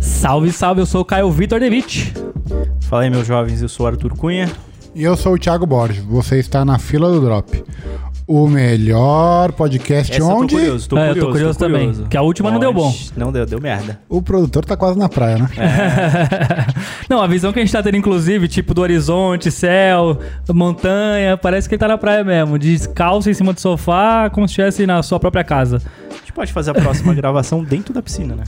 Salve, salve, eu sou o Caio Vitor Devitt. Fala aí, meus jovens, eu sou o Arthur Cunha. E eu sou o Thiago Borges, você está na fila do Drop. O melhor podcast Essa onde eu tô curioso, tô É, eu curioso. tô curioso também, que a última não deu bom. Não deu, deu merda. o produtor tá quase na praia, né? Não, a visão que a gente tá tendo, inclusive, tipo do horizonte, céu, montanha, parece que ele tá na praia mesmo, descalço em cima do sofá, como se estivesse na sua própria casa. A gente pode fazer a próxima gravação dentro da piscina, né?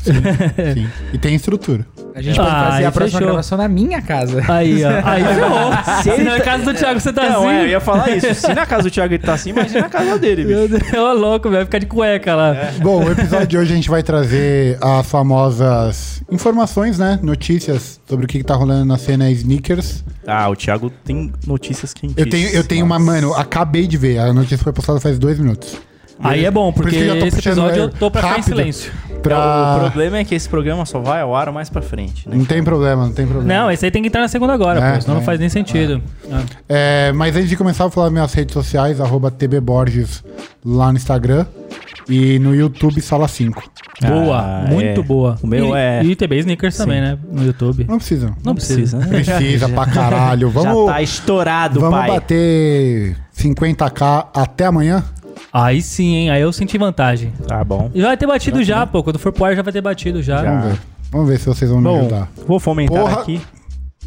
É. Sim. E tem estrutura. A gente pode Ah, fazer aí a próxima fechou. gravação na minha casa. Aí, ó. Aí ferrou. Se Se ele na tá- casa do Thiago você tá não, assim. é, eu ia falar isso. Se na casa do Thiago ele tá assim, imagina na casa dele, Meu bicho. Deus, ô louco, velho. Ficar de cueca lá. Bom, o episódio de hoje a gente vai trazer as famosas informações, né? Notícias sobre o que, que tá rolando na cena sneakers. Ah, o Thiago tem notícias quentes. Eu tenho, eu tenho uma, mano, acabei de ver. A notícia foi postada faz dois minutos. Aí é bom, Por porque isso que eu já tô esse puxando, episódio eu velho, tô pra ficar em rápido. silêncio. O Pra... problema é que esse programa só vai ao ar mais pra frente, né? Não tem problema, não tem problema. Não, esse aí tem que entrar na segunda agora, É, pô, senão não é. faz nem sentido. Ah. É, mas antes de começar, eu vou falar minhas redes sociais, arroba tbborges lá no Instagram e no YouTube Sala 5. Boa, Ah, muito é. boa. O meu e, é- E TB Sneakers também, né? No YouTube. Não precisa. Não precisa. né? Precisa pra caralho. Vamos, Já tá estourado, vamos pai. bater 50k até amanhã? Aí sim, hein? Aí eu senti vantagem. Tá bom. E vai ter batido já, pô. Quando for pro ar já vai ter batido já. Já. Vamos ver. Vamos ver se vocês vão me Ah. Bom, ajudar. vou fomentar Porra. aqui.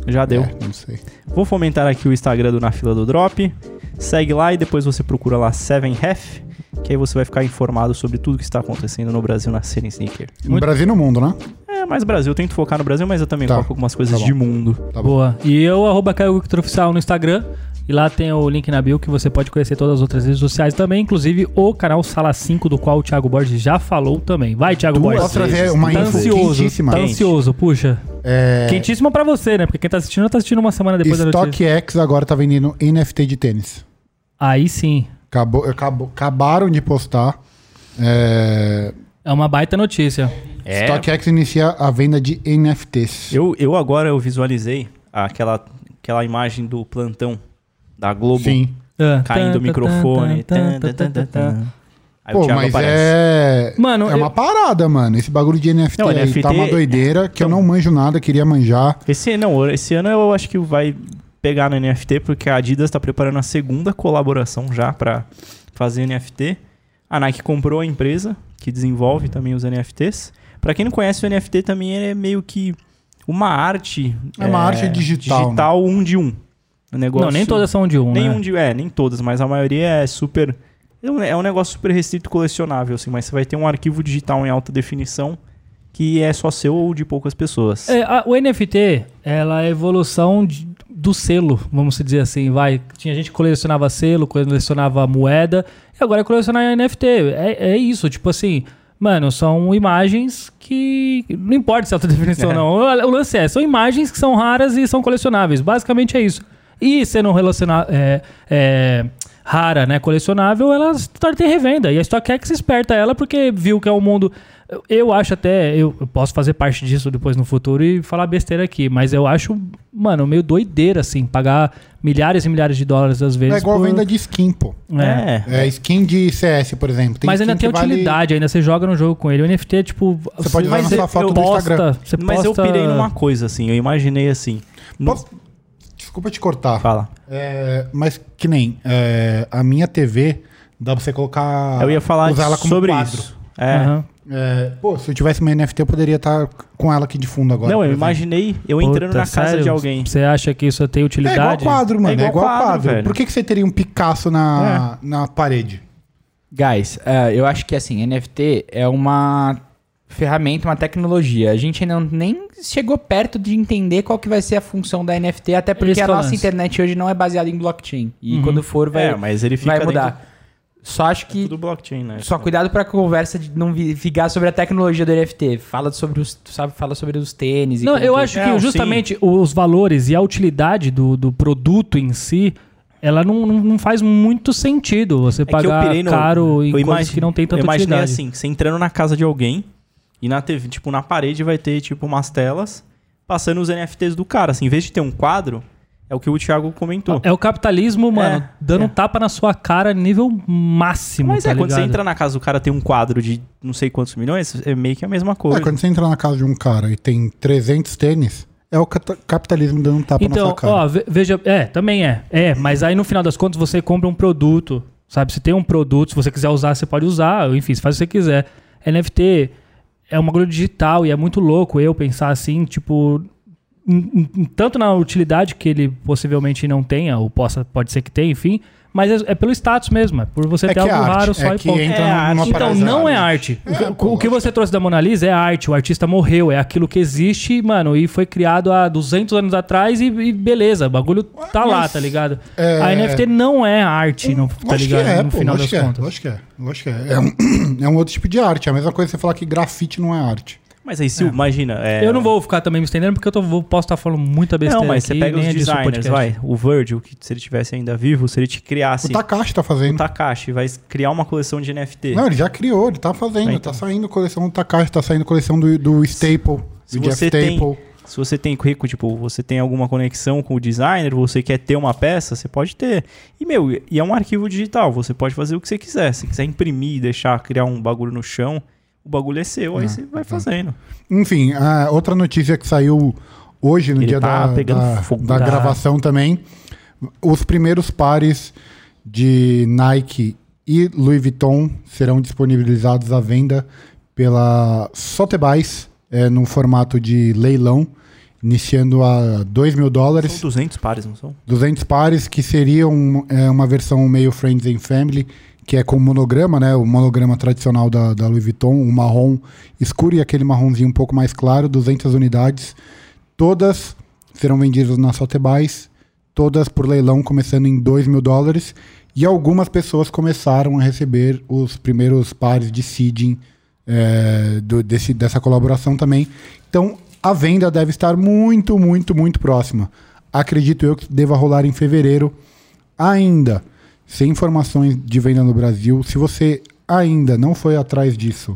Já deu. É, não sei. Vou fomentar aqui o Instagram do Na Fila do Drop. Segue lá e depois você procura lá 7ref, que aí você vai ficar informado sobre tudo que está acontecendo no Brasil na cena sneaker. No Brasil e no mundo, né? É, mais Brasil. Eu tento focar no Brasil, mas eu também Tá. coloco algumas coisas Tá de bom. mundo. Tá bom. Boa. E eu, arroba Caio Victor Oficial no Instagram. E lá tem o link na bio que você pode conhecer todas as outras redes sociais também, inclusive o canal Sala 5, do qual o Thiago Borges já falou também. Vai, Thiago Duas Borges. trazer uma tá info ansioso, quentíssima. tá ansioso, puxa. É, Quentíssima pra você, né? Porque quem tá assistindo, tá assistindo uma semana depois da notícia. StockX agora tá vendendo NFT de tênis. Aí sim, Acabou, acabou, acabaram de postar. É, é uma baita notícia. StockX inicia a venda de NFTs. É? Eu, eu agora eu visualizei aquela, aquela imagem do plantão da Globo Sim. Ah, caindo o tan, tan, microfone. tan, Tan, tan, tan, tan, tan. Aí o Pô, Thiago mas aparece. é. Mano, é eu- uma parada, mano. Esse bagulho de NFT, Não, aí NFT tá uma é doideira que eu não manjo nada, queria manjar. Esse, não, esse ano eu acho que vai pegar no NFT, porque a Adidas tá preparando a segunda colaboração já pra fazer NFT. A Nike comprou a empresa que desenvolve também os NFTs. Pra quem não conhece, o NFT também é meio que uma arte. É uma arte digital, Digital um de um. O negócio, Não, nem todas são de um, né? nem um de, é, nem todas, mas a maioria é super. é um- É um negócio super restrito e colecionável, assim, mas você vai ter um arquivo digital em alta definição que é só seu ou de poucas pessoas. É, a- o NFT, ela é a evolução de- do selo, vamos dizer assim, vai. Tinha gente que colecionava selo, colecionava moeda, e agora é colecionar NFT. É, é isso, tipo assim, mano, são imagens que. Não importa se é alta definição ou não. O lance é, são imagens que são raras e são colecionáveis. Basicamente é isso. E sendo relaciona- é, é, rara, né, colecionável, ela se torna ter revenda. E a StockX esperta ela porque viu que é um mundo. eu- Eu acho até. Eu eu posso fazer parte disso depois no futuro e falar besteira aqui, mas eu acho, mano, meio doideira, assim, pagar milhares e milhares de dólares às vezes. É igual a por- venda de skin, pô. É. É. É skin de CS, por exemplo. mas ainda tem skin que vale- utilidade, ainda você joga no jogo com ele. O NFT, tipo. Você pode usar mas na você sua foto do posta, Instagram. Você Mas eu posta- pirei numa coisa, assim, eu imaginei assim. no- Posso- Desculpa te cortar. Fala. É, mas que nem é, a minha TV, dá pra você colocar. eu ia falar usar ela Ah, como sobre quadro. isso. É. Aham. É, pô, se eu tivesse uma NFT, eu poderia estar com ela aqui de fundo agora. Não, por eu exemplo. imaginei eu entrando Puta, na casa sério? de alguém. Você acha que isso tem É utilidade? igual quadro, mano. É igual, quadro. velho. Por que, que você teria um Picasso na, É. na parede? Guys, eh, eu acho que assim, NFT é uma ferramenta, uma tecnologia. A gente ainda não- nem chegou perto de entender qual que vai ser a função da NFT, até porque Esse que é a o nossa lance. internet hoje não é baseada em blockchain. E quando for, vai, É, mas ele fica vai dentro mudar. Só acho que do blockchain, né? é Só cuidado pra conversa de não vi- ficar sobre a tecnologia do NFT. Fala sobre os, sabe, fala sobre os tênis e Não, como eu que- acho Não, que justamente os valores e a utilidade do, do produto em si, ela não, não, não faz muito sentido você É que eu pagar pirei no... caro em eu coisas imagi- que não tem tanta Eu imaginei utilidade. assim, você entrando na casa de alguém e na TV, tipo, na parede vai ter, tipo, umas telas passando os NFTs do cara. Assim, em vez de ter um quadro, É o que o Thiago comentou. É o capitalismo, mano, É, dando é. um tapa na sua cara nível máximo, Mas tá é, quando você ligado? entra na casa, o cara tem um quadro de não sei quantos milhões, é meio que a mesma coisa. É, quando você entra na casa de um cara e tem 300 tênis, é o cata- capitalismo dando um tapa na Então, sua cara. ó, ve- veja, é, também é. É, mas aí no final das contas você compra um produto, sabe? Se tem um produto, se você quiser usar, você pode usar, enfim, você faz o que você quiser. NFT é uma coisa digital e é muito louco eu pensar assim, tipo, n- n- n- tanto na utilidade que ele possivelmente não tenha, ou possa, pode ser que tenha, enfim, mas é, é pelo status mesmo, é por você É ter que é algo arte, raro só é e que pouco. entra É numa arte. Então, parada não é errada. arte. O que- É, o, pô, que você trouxe da Mona Lisa é arte. O artista morreu. É aquilo que existe, mano, e foi criado há 200 anos atrás e, e beleza. O bagulho tá Mas, lá, tá ligado? é- A NFT não é arte, não, tá Lógico ligado? que é, no pô, final das lógico que é, contas. lógico que é, lógico que é. É um, é um outro tipo de arte. É a mesma coisa que você falar que grafite não é arte. Mas aí, Sil, imagina. é- Eu não vou ficar também me estendendo porque eu tô, vou, posso estar falando muita besteira. Não, mas aqui, você pega os nem é disso o designers, podcast. vai. O Virgil, que se ele tivesse ainda vivo, se ele te criasse O Takashi tá o fazendo. Takashi, vai criar uma coleção de NFT. Não, ele já criou, ele tá fazendo. É, então. Tá saindo coleção do Takashi, tá saindo coleção do, do Staple, Se do Jeff você tem- Staple. Se você tem currículo, tipo, você tem alguma conexão com o designer, você quer ter uma peça, você pode ter. E, meu, e é um arquivo digital, você pode fazer o que você quiser. Se quiser imprimir, deixar, criar um bagulho no chão, o bagulho é seu, Ah, aí você vai fazendo. Enfim, a outra notícia que saiu hoje, no Ele dia tá da, pegando da, fogo. da Tá. gravação também, os primeiros pares de Nike e Louis Vuitton serão disponibilizados à venda pela Sotheby's, é, num formato de leilão, iniciando a 2 mil dólares. São 200 pares, não são? 200 pares, que seria um- é, uma versão meio Friends and Family, que é com monograma, né? O monograma tradicional da, da Louis Vuitton, o marrom escuro e aquele marronzinho um pouco mais claro, 200 unidades. Todas serão vendidas na Sotheby's, todas por leilão, começando em 2 mil dólares. E algumas pessoas começaram a receber os primeiros pares de seeding é, do- desse- dessa colaboração também. Então, a venda deve estar muito, muito, muito próxima. Acredito eu que deva rolar em fevereiro ainda. Sem informações de venda no Brasil, se você ainda não foi atrás disso,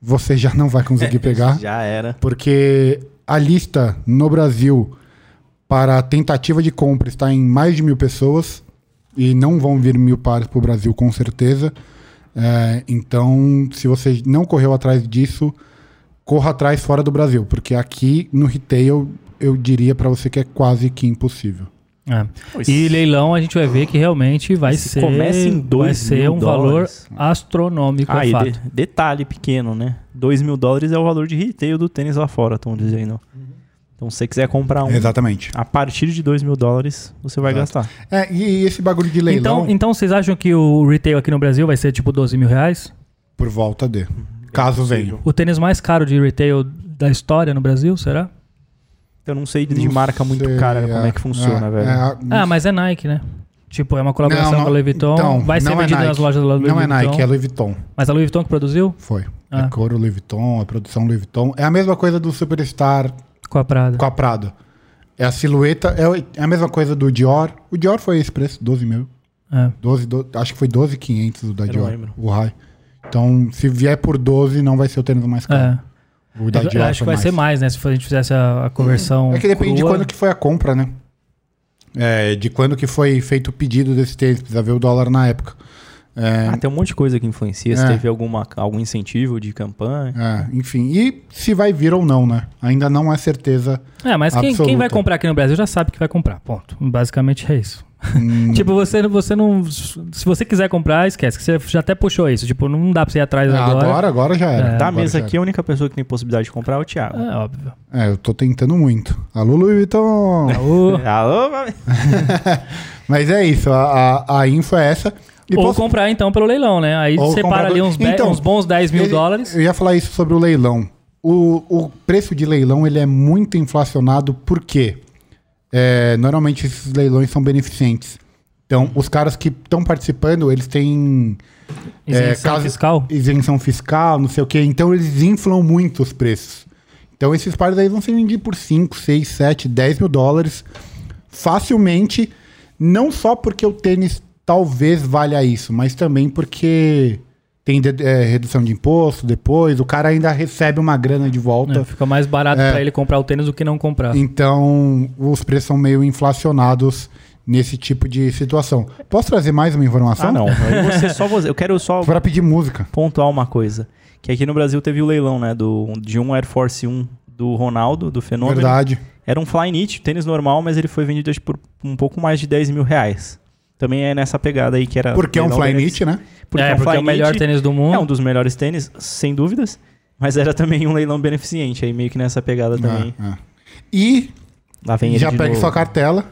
você já não vai conseguir Tá. pegar. Já era. Porque a lista no Brasil para a tentativa de compra está em mais de mil pessoas e não vão vir mil pares para o Brasil com certeza. É, então, se você não correu atrás disso, corra atrás fora do Brasil, porque aqui no retail eu diria para você que é quase que impossível. É. Pois. E leilão a gente vai ver que realmente vai Se ser. começa em vai dois ser mil um dólares. valor astronômico, Ah, é e fato. de- detalhe pequeno, né? 2 mil dólares é o valor de retail do tênis lá fora, estão dizendo. Então, se você quiser comprar um, Exatamente. a partir de 2 mil dólares, você vai Exato. gastar. É, e esse bagulho de leilão Então, então vocês acham que o retail aqui no Brasil vai ser tipo 12 mil reais? por volta de. Caso venha. O tênis mais caro de retail da história no Brasil, será? Eu não sei de Não marca muito sei, cara como é que funciona, é, velho. é, Ah, mas é Nike, né? Tipo, é uma colaboração Não, não- com a Louis Vuitton. então, vai ser não é vendido nas Nike. lojas da Louis não é Vuitton. Nike, é Louis Vuitton. Mas a Louis Vuitton que produziu? Foi. Ah. É couro Louis Vuitton, é produção Louis Vuitton. É a mesma coisa do Superstar Com a Prada. com a Prada. É a silhueta, é, o- é a mesma coisa do Dior. O Dior foi esse preço, 12 mil. É. 12, do- acho que foi 12,500 o da não Dior, lembro. o High. Então, se vier por 12, não vai ser o tênis mais caro. É. O da Eu- eu Dior acho que foi vai mais. ser mais, né? Se a gente fizesse a, a conversão. É que depende de crua. quando que foi a compra, né? É, de quando que foi feito o pedido desse tênis. Precisa ver o dólar na época. É, Ah, tem um monte de coisa que influencia. Se É. teve alguma, algum incentivo de campanha. é, enfim. E se vai vir ou não, né? Ainda não é certeza. É, mas quem, quem vai Absoluta. comprar aqui no Brasil já sabe que vai comprar. Ponto. Basicamente é isso. Hum, Tipo, você, você não. Se você quiser comprar, esquece. Que você já até puxou isso. Tipo, não dá pra você ir atrás Ah, agora, agora. agora, já era. É, da Agora Tá, mesa já aqui, a única pessoa que tem possibilidade de comprar é o Thiago. É óbvio. É, eu tô tentando muito. Alô, Louis Vuitton! Ou, Alô, vai- Mas é isso, a, a, a info é essa. E ou posso- comprar então pelo leilão, né? Aí Ou separa comprar ali pelo- uns, be- Então, uns bons 10 mil ele- dólares. Eu ia falar isso sobre o leilão. O, o preço de leilão ele é muito inflacionado, por quê? É, normalmente esses leilões são beneficentes. Então, os caras que estão participando, eles têm Isenção é, caso- fiscal. né? isenção fiscal, não sei o quê. Então, eles inflam muito os preços. Então, esses pares aí vão ser vendidos por 5, 6, 7, 10 mil dólares facilmente. Não só porque o tênis talvez valha isso, mas também porque tem de- é, redução de imposto depois, o cara ainda recebe uma grana de volta. É, fica mais barato É. pra ele comprar o tênis do que não comprar. tá. Então, os preços são meio inflacionados nesse tipo de situação. Posso trazer mais uma informação? Ah, não. Aí você só você. Eu quero só Para pedir música. pontuar uma coisa. Que aqui no Brasil teve o leilão, né? Do, de um Air Force 1 do Ronaldo, do Fenômeno. Verdade. Era um Flyknit, tênis normal, mas ele foi vendido acho, por um pouco mais de 10 mil reais. Também é nessa pegada aí que era... Porque é um leilão Flyknit, né? benefici- Porque é, é, um porque é o Flyknit, melhor tênis do mundo. É um dos melhores tênis, sem dúvidas. Mas era também um leilão beneficente, aí meio que nessa pegada também. Ah, ah. E Lá vem ele já de pega novo. sua cartela.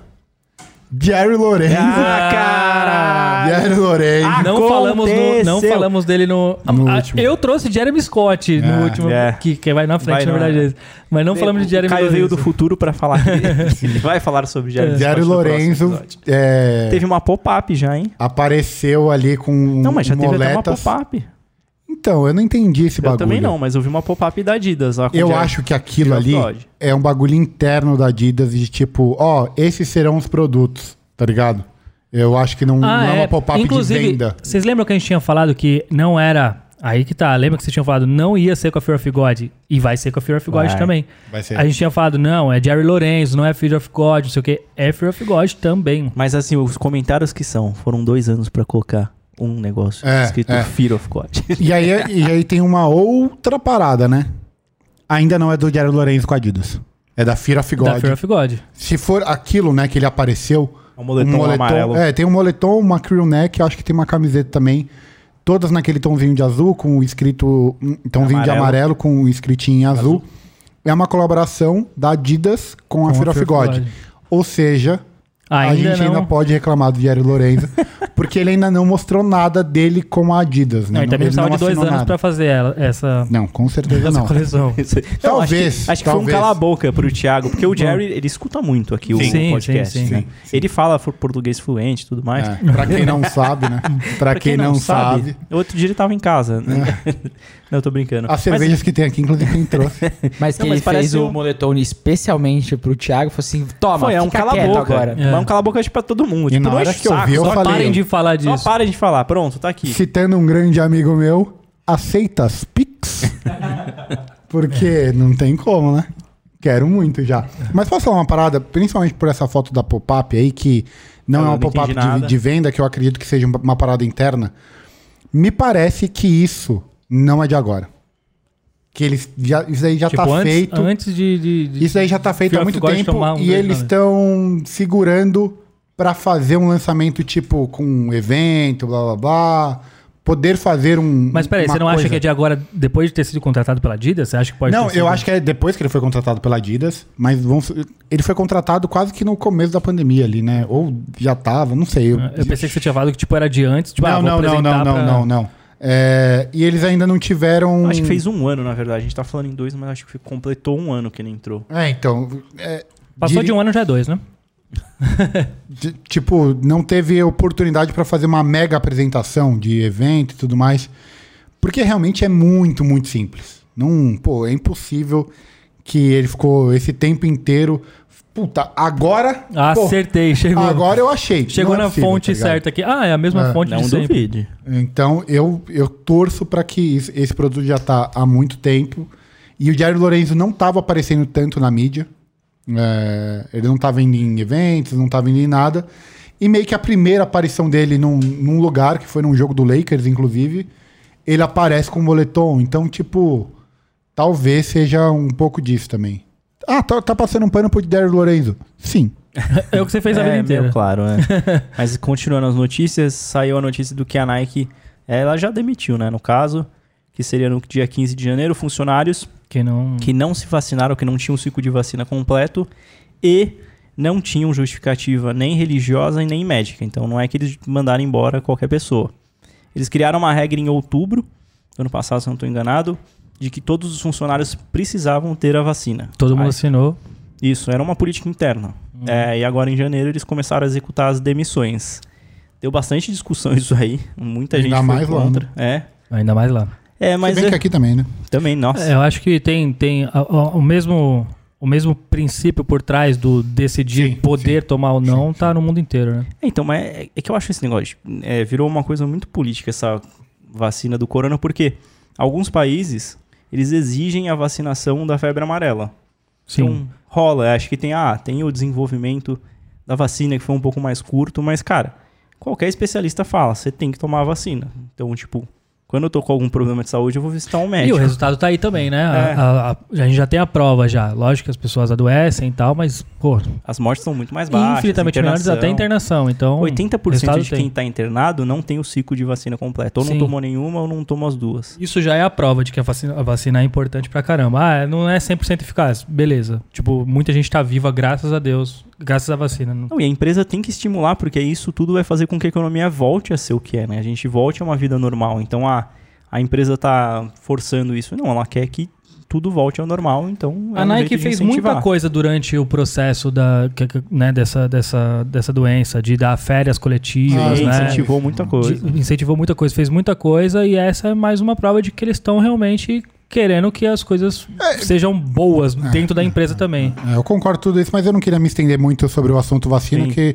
Jerry Lorenzo. Ah, cara! Jerry Lorenzo. ah, Não falamos, no- não Aconteceu. falamos dele no. No Ah, último. Eu trouxe Jeremy Scott É, no último. é. Que, que vai na frente, Vai na na- verdade. esse. Mas não falamos de Jeremy o Caio veio do Lorenzo. futuro pra falar. que Ele vai falar sobre Jerry Scott Jerry no próximo Lorenzo episódio. é, Teve uma pop-up já, hein? apareceu ali com um Não, mas já teve até uma moletas. pop-up. então, eu não entendi esse Eu bagulho. também não, mas eu vi uma pop-up da Adidas. Lá com Eu Jerry- acho que aquilo Jerry ali Floyd. é um bagulho interno da Adidas de tipo, ó, esses serão os produtos, tá ligado? Eu acho que não, não Ah, é uma pop-up de Inclusive, venda. Vocês lembram que a gente tinha falado que não era. Aí que tá. Lembra que vocês tinham falado não ia ser com a Fear of God? E vai ser com a Fear of God Vai. também. Vai ser. A gente tinha falado, não, é Jerry Lorenzo, não é Fear of God, não sei o quê. É Fear of God também. Mas assim, os comentários que são, foram dois anos pra colocar um negócio É, escrito é. Fear of God. E aí, e aí tem uma outra parada, né? Ainda não é do Diário Lourenço com a Adidas. É da Fear of God. Da Fear of God. Se for aquilo, né, que ele apareceu. É um moletom amarelo. É, tem um moletom, uma crew neck, eu acho que tem uma camiseta também. Todas naquele tomzinho de azul, com o escrito. Um tomzinho de Amarelo. amarelo com o escritinho em azul. É uma colaboração da Adidas com, a Fear of God. Ou seja, a Ainda gente não. ainda pode reclamar do Diário Lourenço, porque ele ainda não mostrou nada dele com a Adidas, né? Não, e também ele precisava de dois assinou anos nada. pra fazer ela- essa, Não, com certeza essa não. coleção. Isso aí. Não, acho que- Talvez, Acho que, foi um talvez. Hum. cala-boca pro Thiago, porque o Jerry, ele escuta muito aqui o Sim, sim, podcast. sim. né? Sim, Ele fala fu- português fluente e tudo mais. É, pra quem não sabe, né? Pra, Pra quem, não, sabe, É. Outro dia ele tava em casa, né? Não, eu tô brincando. as cervejas que tem aqui, inclusive, quem trouxe. Mas que Não, mas ele fez parece o um- moletom especialmente pro Thiago, falou assim, toma, Ah, Mas foi, é um fica quieto cala-boca. agora. É. Mas É um cala-boca tipo, pra todo mundo. E Tipo, na não hora enche o que eu saco, vi, eu só falei, Parem de falar Só disso. parem de falar. Pronto, tá aqui. Citando um grande amigo meu, aceita as Pix? Porque não tem como, né? Quero muito já. Mas posso falar uma parada, principalmente por essa foto da pop-up aí, que não Ah, Eu é uma não pop-up entendi nada. de, de venda, que eu acredito que seja uma parada interna. Me parece que isso não é de agora. Que eles já, isso aí já Tipo, tá antes, feito. antes de, de- de- Isso aí já tá feito Fear há of muito God tempo tomar um e grande eles nome. estão segurando pra fazer um lançamento tipo com um evento, blá blá blá, poder fazer um Mas peraí, uma você não acha coisa. que é de assim, né? agora, depois de ter sido contratado pela Adidas? Você acha que pode Não, ter eu sido- acho que é depois que ele foi contratado pela Adidas, mas vamos- ele foi contratado quase que no começo da pandemia ali, né? Ou já tava, não sei. Eu, Ah, Eu pensei que você tinha falado que tipo, era de antes. Tipo, ah, vou não, não, não, apresentar não, não, pra- não, não. É, e eles ainda não tiveram Acho que fez um ano, na verdade. A gente tá falando em dois, mas acho que completou um ano que ele entrou. É, então, é, Passou Diri- de um ano já é dois, né? de- tipo, não teve oportunidade pra fazer uma mega apresentação de evento e tudo mais. Porque realmente é muito, muito simples. Não, pô, é impossível que ele ficou esse tempo inteiro. Puta, agora. pô, Acertei, Ah, chegou. agora eu achei. Chegou Não é na possível, fonte tá ligado? certa aqui. Ah, é a mesma É. fonte Não de sempre. duvide. Então eu, eu torço pra que isso- esse produto já tá há muito tempo. E o Jair Lorenzo não tava aparecendo tanto na mídia. É, ele não tava indo em eventos, não tava indo em nada. E meio que a primeira aparição dele num, num lugar, que foi num jogo do Lakers, inclusive, ele aparece com um moletom. Então, tipo, talvez seja um pouco disso também. Ah, tá, tá passando um pano pro Jair Lorenzo. Sim. É o que você fez a vida meio inteira. claro, é. Mas continuando as notícias, saiu a notícia do que a Nike, é, ela já demitiu, né, no caso, que seria no dia 15 de janeiro, funcionários Que não. que não se vacinaram, que não tinham o ciclo de vacina completo e não tinham justificativa nem religiosa e nem médica. Então não é que eles mandaram embora qualquer pessoa. Eles criaram uma regra em outubro, do ano passado, se eu não estou enganado, de que todos os funcionários precisavam ter a vacina. Todo Aí- mundo assinou. isso, era uma política interna. É, e agora em janeiro eles começaram a executar as demissões. Deu bastante discussão isso aí. Muita Ainda gente mais foi lá, contra. É. Ainda mais lá. É, Mas mas bem é- que aqui também, né? também, nossa. É, eu acho que tem, tem a- a- o mesmo. O mesmo princípio por trás do decidir Sim, poder tomar ou não tá no mundo inteiro, né? Então, mas é, é que eu acho esse negócio. tipo, é, virou uma coisa muito política essa vacina do corona, porque alguns países eles exigem a vacinação da febre amarela. Então, rola. Acho que tem, ah, tem o desenvolvimento da vacina que foi um pouco mais curto, mas, cara, qualquer especialista fala, você tem que tomar a vacina. Então, tipo, quando eu tô com algum problema de saúde, eu vou visitar um E o médico. resultado tá aí também, né? A- É. A, a- a gente já tem a prova já. Lógico que as pessoas adoecem e tal, mas, pô, As mortes são muito mais baixas. infinitamente menores internação. até a internação. Então, 80% resultado de tem. quem tá internado não tem o ciclo de vacina completo. Ou Sim. não tomou nenhuma ou não tomou as duas. Isso já é a prova de que a vacina, a vacina é importante pra caramba. Ah, não é 100% eficaz. Beleza. Tipo, muita gente tá viva, graças a Deus, graças à vacina. Não- Não, e a empresa tem que estimular, porque isso tudo vai fazer com que a economia volte a ser o que é, né? A gente volte a uma vida normal. Então a, a empresa tá forçando isso. Não, ela quer que tudo volte ao normal, então. é A um Nike jeito de fez incentivar. muita coisa durante o processo da, que- que- né, dessa, dessa, dessa doença, de dar férias coletivas, Sim, né? incentivou muita coisa. De- incentivou muita coisa, fez muita coisa e essa é mais uma prova de que eles estão realmente querendo que as coisas sejam boas dentro da empresa também. É, eu concordo com tudo isso, mas eu não queria me estender muito sobre o assunto vacina, Sim. que.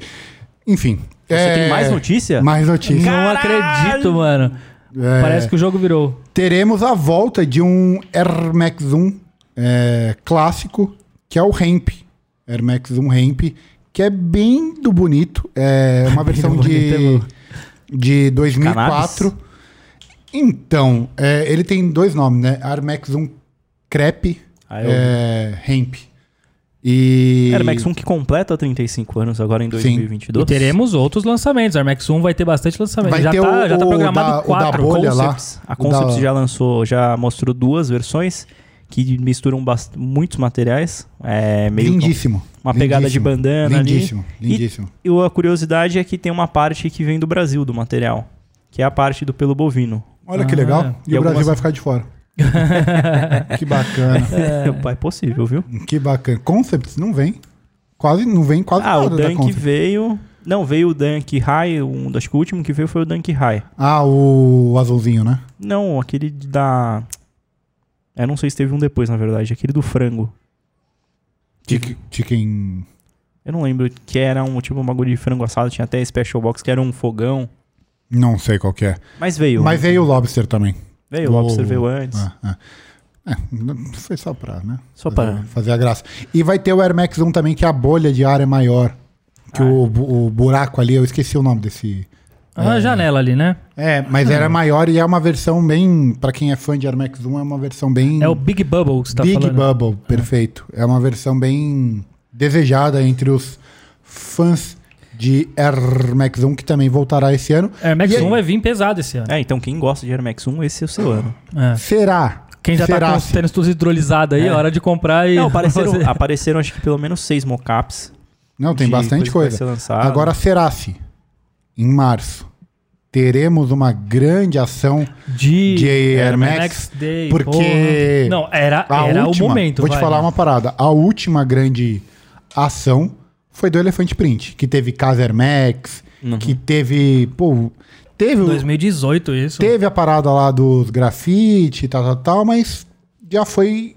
Enfim. é Você tem mais notícia? Mais notícias. Não acredito, mano. É, Parece que o jogo virou. Teremos a volta de um Air Max 1 é, clássico, que é o Ramp. Air Max 1 Ramp, que é bem do bonito. É uma versão do bonito, é de, bom. de 2004. Então, é, ele tem dois nomes, né? Air Max 1 Crepe Ah, eu- um é, Ramp. E... Air Max 1 que completa 35 anos agora em 2022. E teremos outros lançamentos. A Max 1 vai ter bastante lançamento. Vai já, ter tá, o- já tá o programado da- o da quatro. bolha. Olha lá. Concepts. A Concepts Da- já lançou, já mostrou duas versões que misturam bast- muitos materiais. É meio Lindíssimo. uma pegada Lindíssimo. de bandana Lindíssimo, ali. lindíssimo. E, e a curiosidade é que tem uma parte que vem do Brasil do material, que é a parte do pelo bovino. Olha que legal. Ah, E, e o Brasil algumas- vai ficar de fora. que bacana. É, possível, viu? Que bacana. Concepts não vem. Quase não vem quase Ah, o nada da Dunk Concepts. veio. Não, veio o Dunk High, um, acho que o último que veio foi o Dunk High. Ah, o azulzinho, né? Não, aquele da. Eu não sei se teve um depois, na verdade. Aquele do frango. Chick- Chicken. Eu não lembro que era um tipo um bagulho de frango assado, tinha até special box que era um fogão. Não sei qual que é. Mas veio. Mas veio o Lobster também. Veio, o Lobster o- veio antes. Ah, é. É, não- foi só pra, né? Só fazer, pra- Fazer a graça. E vai ter o Air Max 1 também, que a bolha de ar é maior. Que o, bu- o buraco ali, eu esqueci o nome desse. A É janela ali, né? É, mas era maior e é uma versão bem. Pra quem é fã de Air Max 1, é uma versão bem. É o Big Bubble que você tá Big falando. Bubble, perfeito. É uma versão bem desejada entre os fãs de Air Max 1, que também voltará esse ano. Air Max E aí? 1 vai vir pesado esse ano. É, então quem gosta de Air Max 1, esse é o seu ano. É. Será? Quem já Será tá com os tênis todos hidrolizados aí, é hora de comprar e. Não, apareceram, fazer. apareceram acho que pelo menos seis mockups. Não, tem de bastante coisa que vai coisa. ser lançada. Agora, será-se, em março, teremos uma grande ação de, de Air Max, Day, porque porra. Não, era, A era última, o momento. vou te vai. né? falar uma parada. A última grande ação foi do Elefante Print, que teve Casa Air Max, Uhum. que teve. Pô, teve, o- 2018 isso. teve a parada lá dos grafite, tal, tal, tal, mas já foi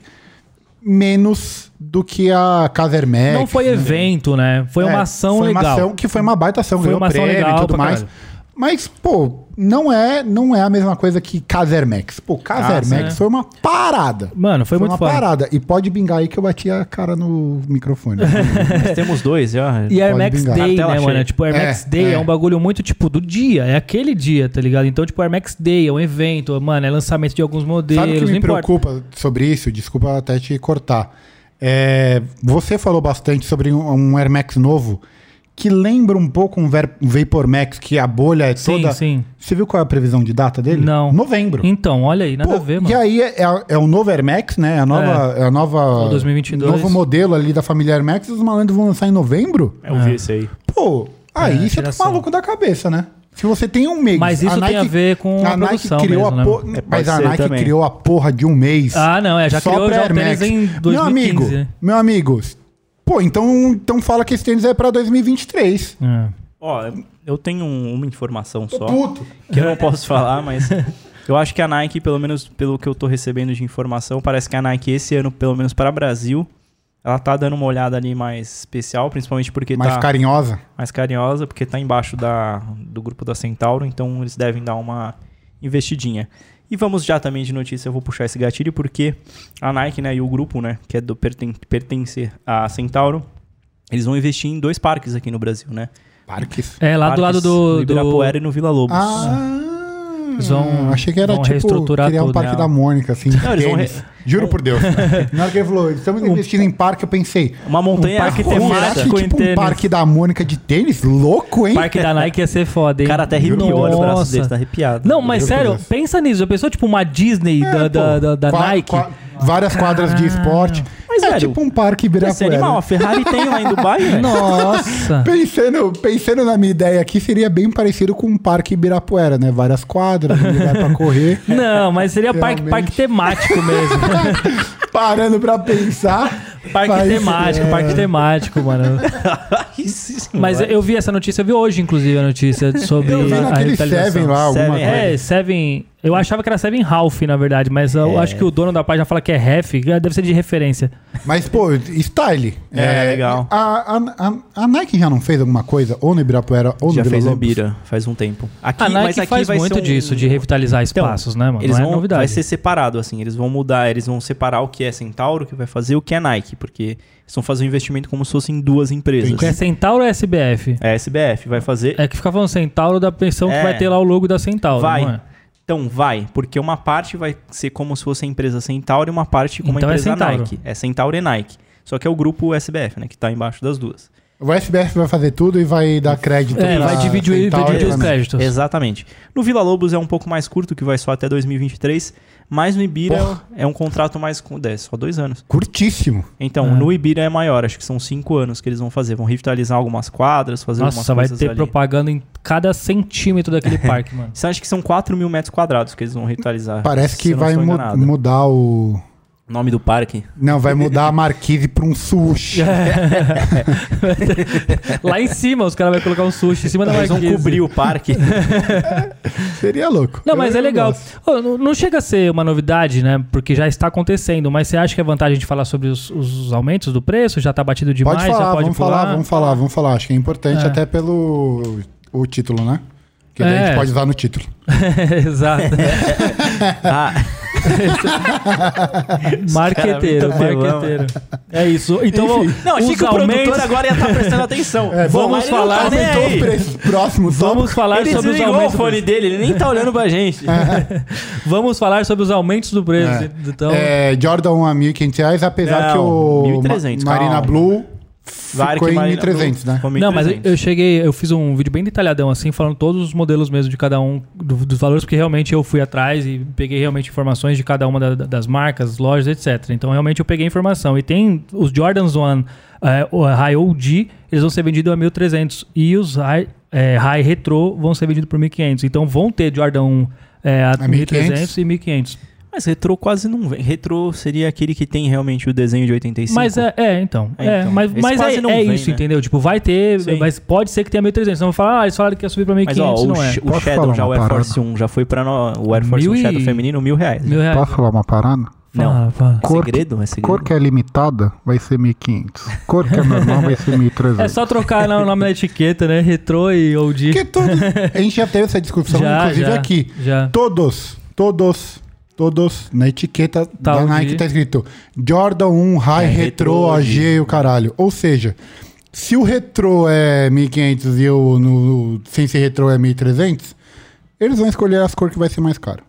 menos do que a Casa Air Max. Não foi evento, né? Foi É, uma ação foi legal. Uma ação que foi uma baita ação, Foi ganhou uma ação prêmio legal e tudo pra mais. caralho. Mas, pô, não é, não é a mesma coisa que Caser Max. Pô, Caser Ah, Max sim, né? foi uma parada. Mano, foi, Foi, muito uma foda. parada. E pode bingar aí que eu bati a cara no microfone. Nós temos dois, já. E Air Pode Max vingar. Day, Na tela né, cheia. mano? Tipo, Air É, Max Day é. é. um bagulho muito, tipo, do dia. É aquele dia, tá ligado? Então, tipo, Air Max Day é um evento, mano, é lançamento de alguns modelos, Sabe o que não me importa. preocupa sobre isso? Desculpa até te cortar. É, você falou bastante sobre um, um Air Max novo que lembra um pouco um, Ver, um Vapor Max, que a bolha é Sim, toda. sim. Você viu qual é a previsão de data dele? Não. Novembro. Então, olha aí, nada Pô, a ver, E mano. aí é, é- é o novo Air Max, né? É a nova. É. a nova O 2022. Novo modelo ali da família Air Max. Os malandros vão lançar em novembro? Eu vi esse aí. Pô, aí É, você tá tiração. maluco da cabeça, né? Se você tem um mês. Mas isso tem a ver com a produção criou mesmo, a né? por- É, pode Mas a ser Nike também. criou a porra de um mês. Ah, não, é, já só criou pra já o Air tênis Max. em 2015. Meu amigo, né? meu amigo. Pô, então, então fala que esse tênis é pra 2023. É. Ó, eu tenho um- uma informação Tô só, puto. que eu não posso falar, mas eu acho que a Nike, pelo menos pelo que eu tô recebendo de informação, parece que a Nike esse ano, pelo menos para Brasil, ela tá dando uma olhada ali mais especial, principalmente porque Mais tá carinhosa. mais carinhosa, porque tá embaixo da, do grupo da Centauro, então eles devem dar uma investidinha. E vamos já também de notícia, eu vou puxar esse gatilho porque a Nike, né, e o grupo, né, que é do perten- pertence a Centauro, eles vão investir em dois parques aqui no Brasil, né? Parques. É, lá do lado Parques do. No do- Ibirapuera e no Vila Lobos. Ah, Eles vão- achei que era vão tipo reestruturar criar um tudo, parque né? da Mônica, assim. Não, eles vão re- tênis. Juro por Deus. Na hora que ele falou, estamos investindo em parque, eu pensei. Uma montanha Um parque arquitemática. com tipo um tênis. parque da Mônica de tênis? Louco, hein? Parque da Nike ia ser foda, O hein? cara até arrepiou, olha o braço dele, tá arrepiado. Não, mas Meu sério, Deus. pensa nisso. Já pensou, tipo, uma Disney da, da, da, da É, Qua- Nike? qua- várias quadras de esporte. Mas, é velho, tipo um parque Esse animal, a Ibirapuera. Ferrari tem lá em Dubai, né? velho. Nossa! Pensando, pensando na minha ideia aqui, seria bem parecido com um parque Ibirapuera, né? Várias quadras, um lugar pra correr. Não, mas seria parque, Realmente. parque temático mesmo. Parando pra pensar. Parque Mas, temático, é, parque temático, mano. Mas eu vi essa notícia, eu vi hoje, inclusive, a notícia sobre Eu vi a naquele revitalização. Seven lá, alguma Seven, coisa. É, Seven. Eu achava que era Seven Ralph, na verdade, mas É. eu acho que o dono da página fala que é ref, deve ser de referência. Mas, pô, style. É, legal. A, a- a- a Nike já não fez alguma coisa, ou no Ibirapuera, ou Já no fez Vila no Lobos? Bira, faz um tempo. Aqui, A mas Ah, Nike aqui faz vai ser muito um- disso, de revitalizar Então, espaços, né, mano? Eles não vão, é novidade. Vai ser separado, assim. Eles vão mudar, eles vão separar o que é Centauro, o que vai fazer, o que é Nike. Porque eles vão fazer um investimento como se fossem duas empresas. Que é Centauro ou SBF? É, SBF vai fazer. É que fica falando Centauro da pensão É. que vai ter lá o logo da Centauro, vai. não é? Então vai, porque uma parte vai ser como se fosse a empresa Centauro e uma parte como Então a é empresa Centauro. Nike. É Centauro e Nike. Só que é o grupo SBF, né? Que tá embaixo das duas. O SBF vai fazer tudo e vai dar crédito. É, pra vai dividir, Centauro dividir e os pra- créditos. Exatamente. No Vila Lobos é um pouco mais curto, que vai só até 2023. Mas no Ibira é um contrato mais. com- É, só dois anos. Curtíssimo. Então, É. no Ibira é maior, acho que são cinco anos que eles vão fazer. Vão revitalizar algumas quadras, fazer algumas Nossa, vai coisas ter ali. propaganda em cada centímetro daquele parque, mano. Você acha que são 4 mil metros quadrados que eles vão revitalizar? Parece se que eu não vai estou mu- enganado. mudar o. Nome do parque? Não, vai mudar a marquise pra um sushi. É. Lá em cima, os caras vão colocar um sushi em cima da Eles vão marquise. cobrir o parque. Seria louco. Não, mas Eu- é eu legal. gosto. Ô, não, não chega a ser uma novidade, né? Porque já está acontecendo, mas você acha que é vantagem de falar sobre os, os aumentos do preço? Já tá batido demais? Pode falar, já pode vamos pular? Ah. falar, vamos falar, vamos falar. Acho que é importante É. até pelo o título, né? Que daí a É. gente pode usar no título. Exato. Ah, é marqueteiro, Os caras muito marqueteiro. É isso. Então, vamos, não, achei os que o aumentos- produtor agora ia estar prestando atenção. É, vamos Mas ele não falar- tá nem Aumentou aí. o preço próximo só. Vamos falar Ele sobre os desligou o aumentos. do fone dele, ele nem tá olhando pra gente. preço. Vamos falar sobre os aumentos do preço. É. Então, É, Jordan 1 a 1.500 reais, apesar Não, que o 1.300, Ma- Marina calma. Blue Vale ficou que em Marina 1.300, Blue né? ficou em Não, mas eu- 1.300. eu cheguei, eu fiz um vídeo bem detalhadão assim, falando todos os modelos mesmo de cada um do- dos valores, porque realmente eu fui atrás e peguei realmente informações de cada uma da- da- das marcas, lojas, etc. Então realmente eu peguei informação. E tem os Jordans One é, o High OG, eles vão ser vendidos a 1.300 e os High, é, High Retro vão ser vendidos por 1.500. Então vão ter Jordan 1 é, a 1.300 e 1.500. Mas retrô quase não vem. Retrô seria aquele que tem realmente o desenho de 85. Mas é, é, então. É, É, então. Mas, Esse mas quase é, não é vem, isso, né? entendeu? Tipo, vai ter, Sim. mas pode ser que tenha 1.300. Não vão falar, ah, eles falaram que ia subir pra 1.500, Mas ó, o, não é. Sh- o Posso Shadow, falar já uma o Air Force parada? 1, já foi pra no- o Air Force Mil 1 e- Shadow feminino, mil reais. Mil reais. falar uma parada? Fala, fala. É Cor- segredo? É segredo? é limitada vai ser 1.500. Cor que é normal vai ser 1.300. É só trocar lá o nome da etiqueta, né? Retrô e OG. Porque todos. A gente já teve essa discussão, Já, inclusive já, aqui. já. Todos, todos, todos, na etiqueta Tá, da o Nike G. tá escrito Jordan 1 High É, Retro Retro OG e o caralho. Ou seja, se o Retro é 1500 e o no, sem ser Retro é 1300, eles vão escolher as cores que vai ser mais caro.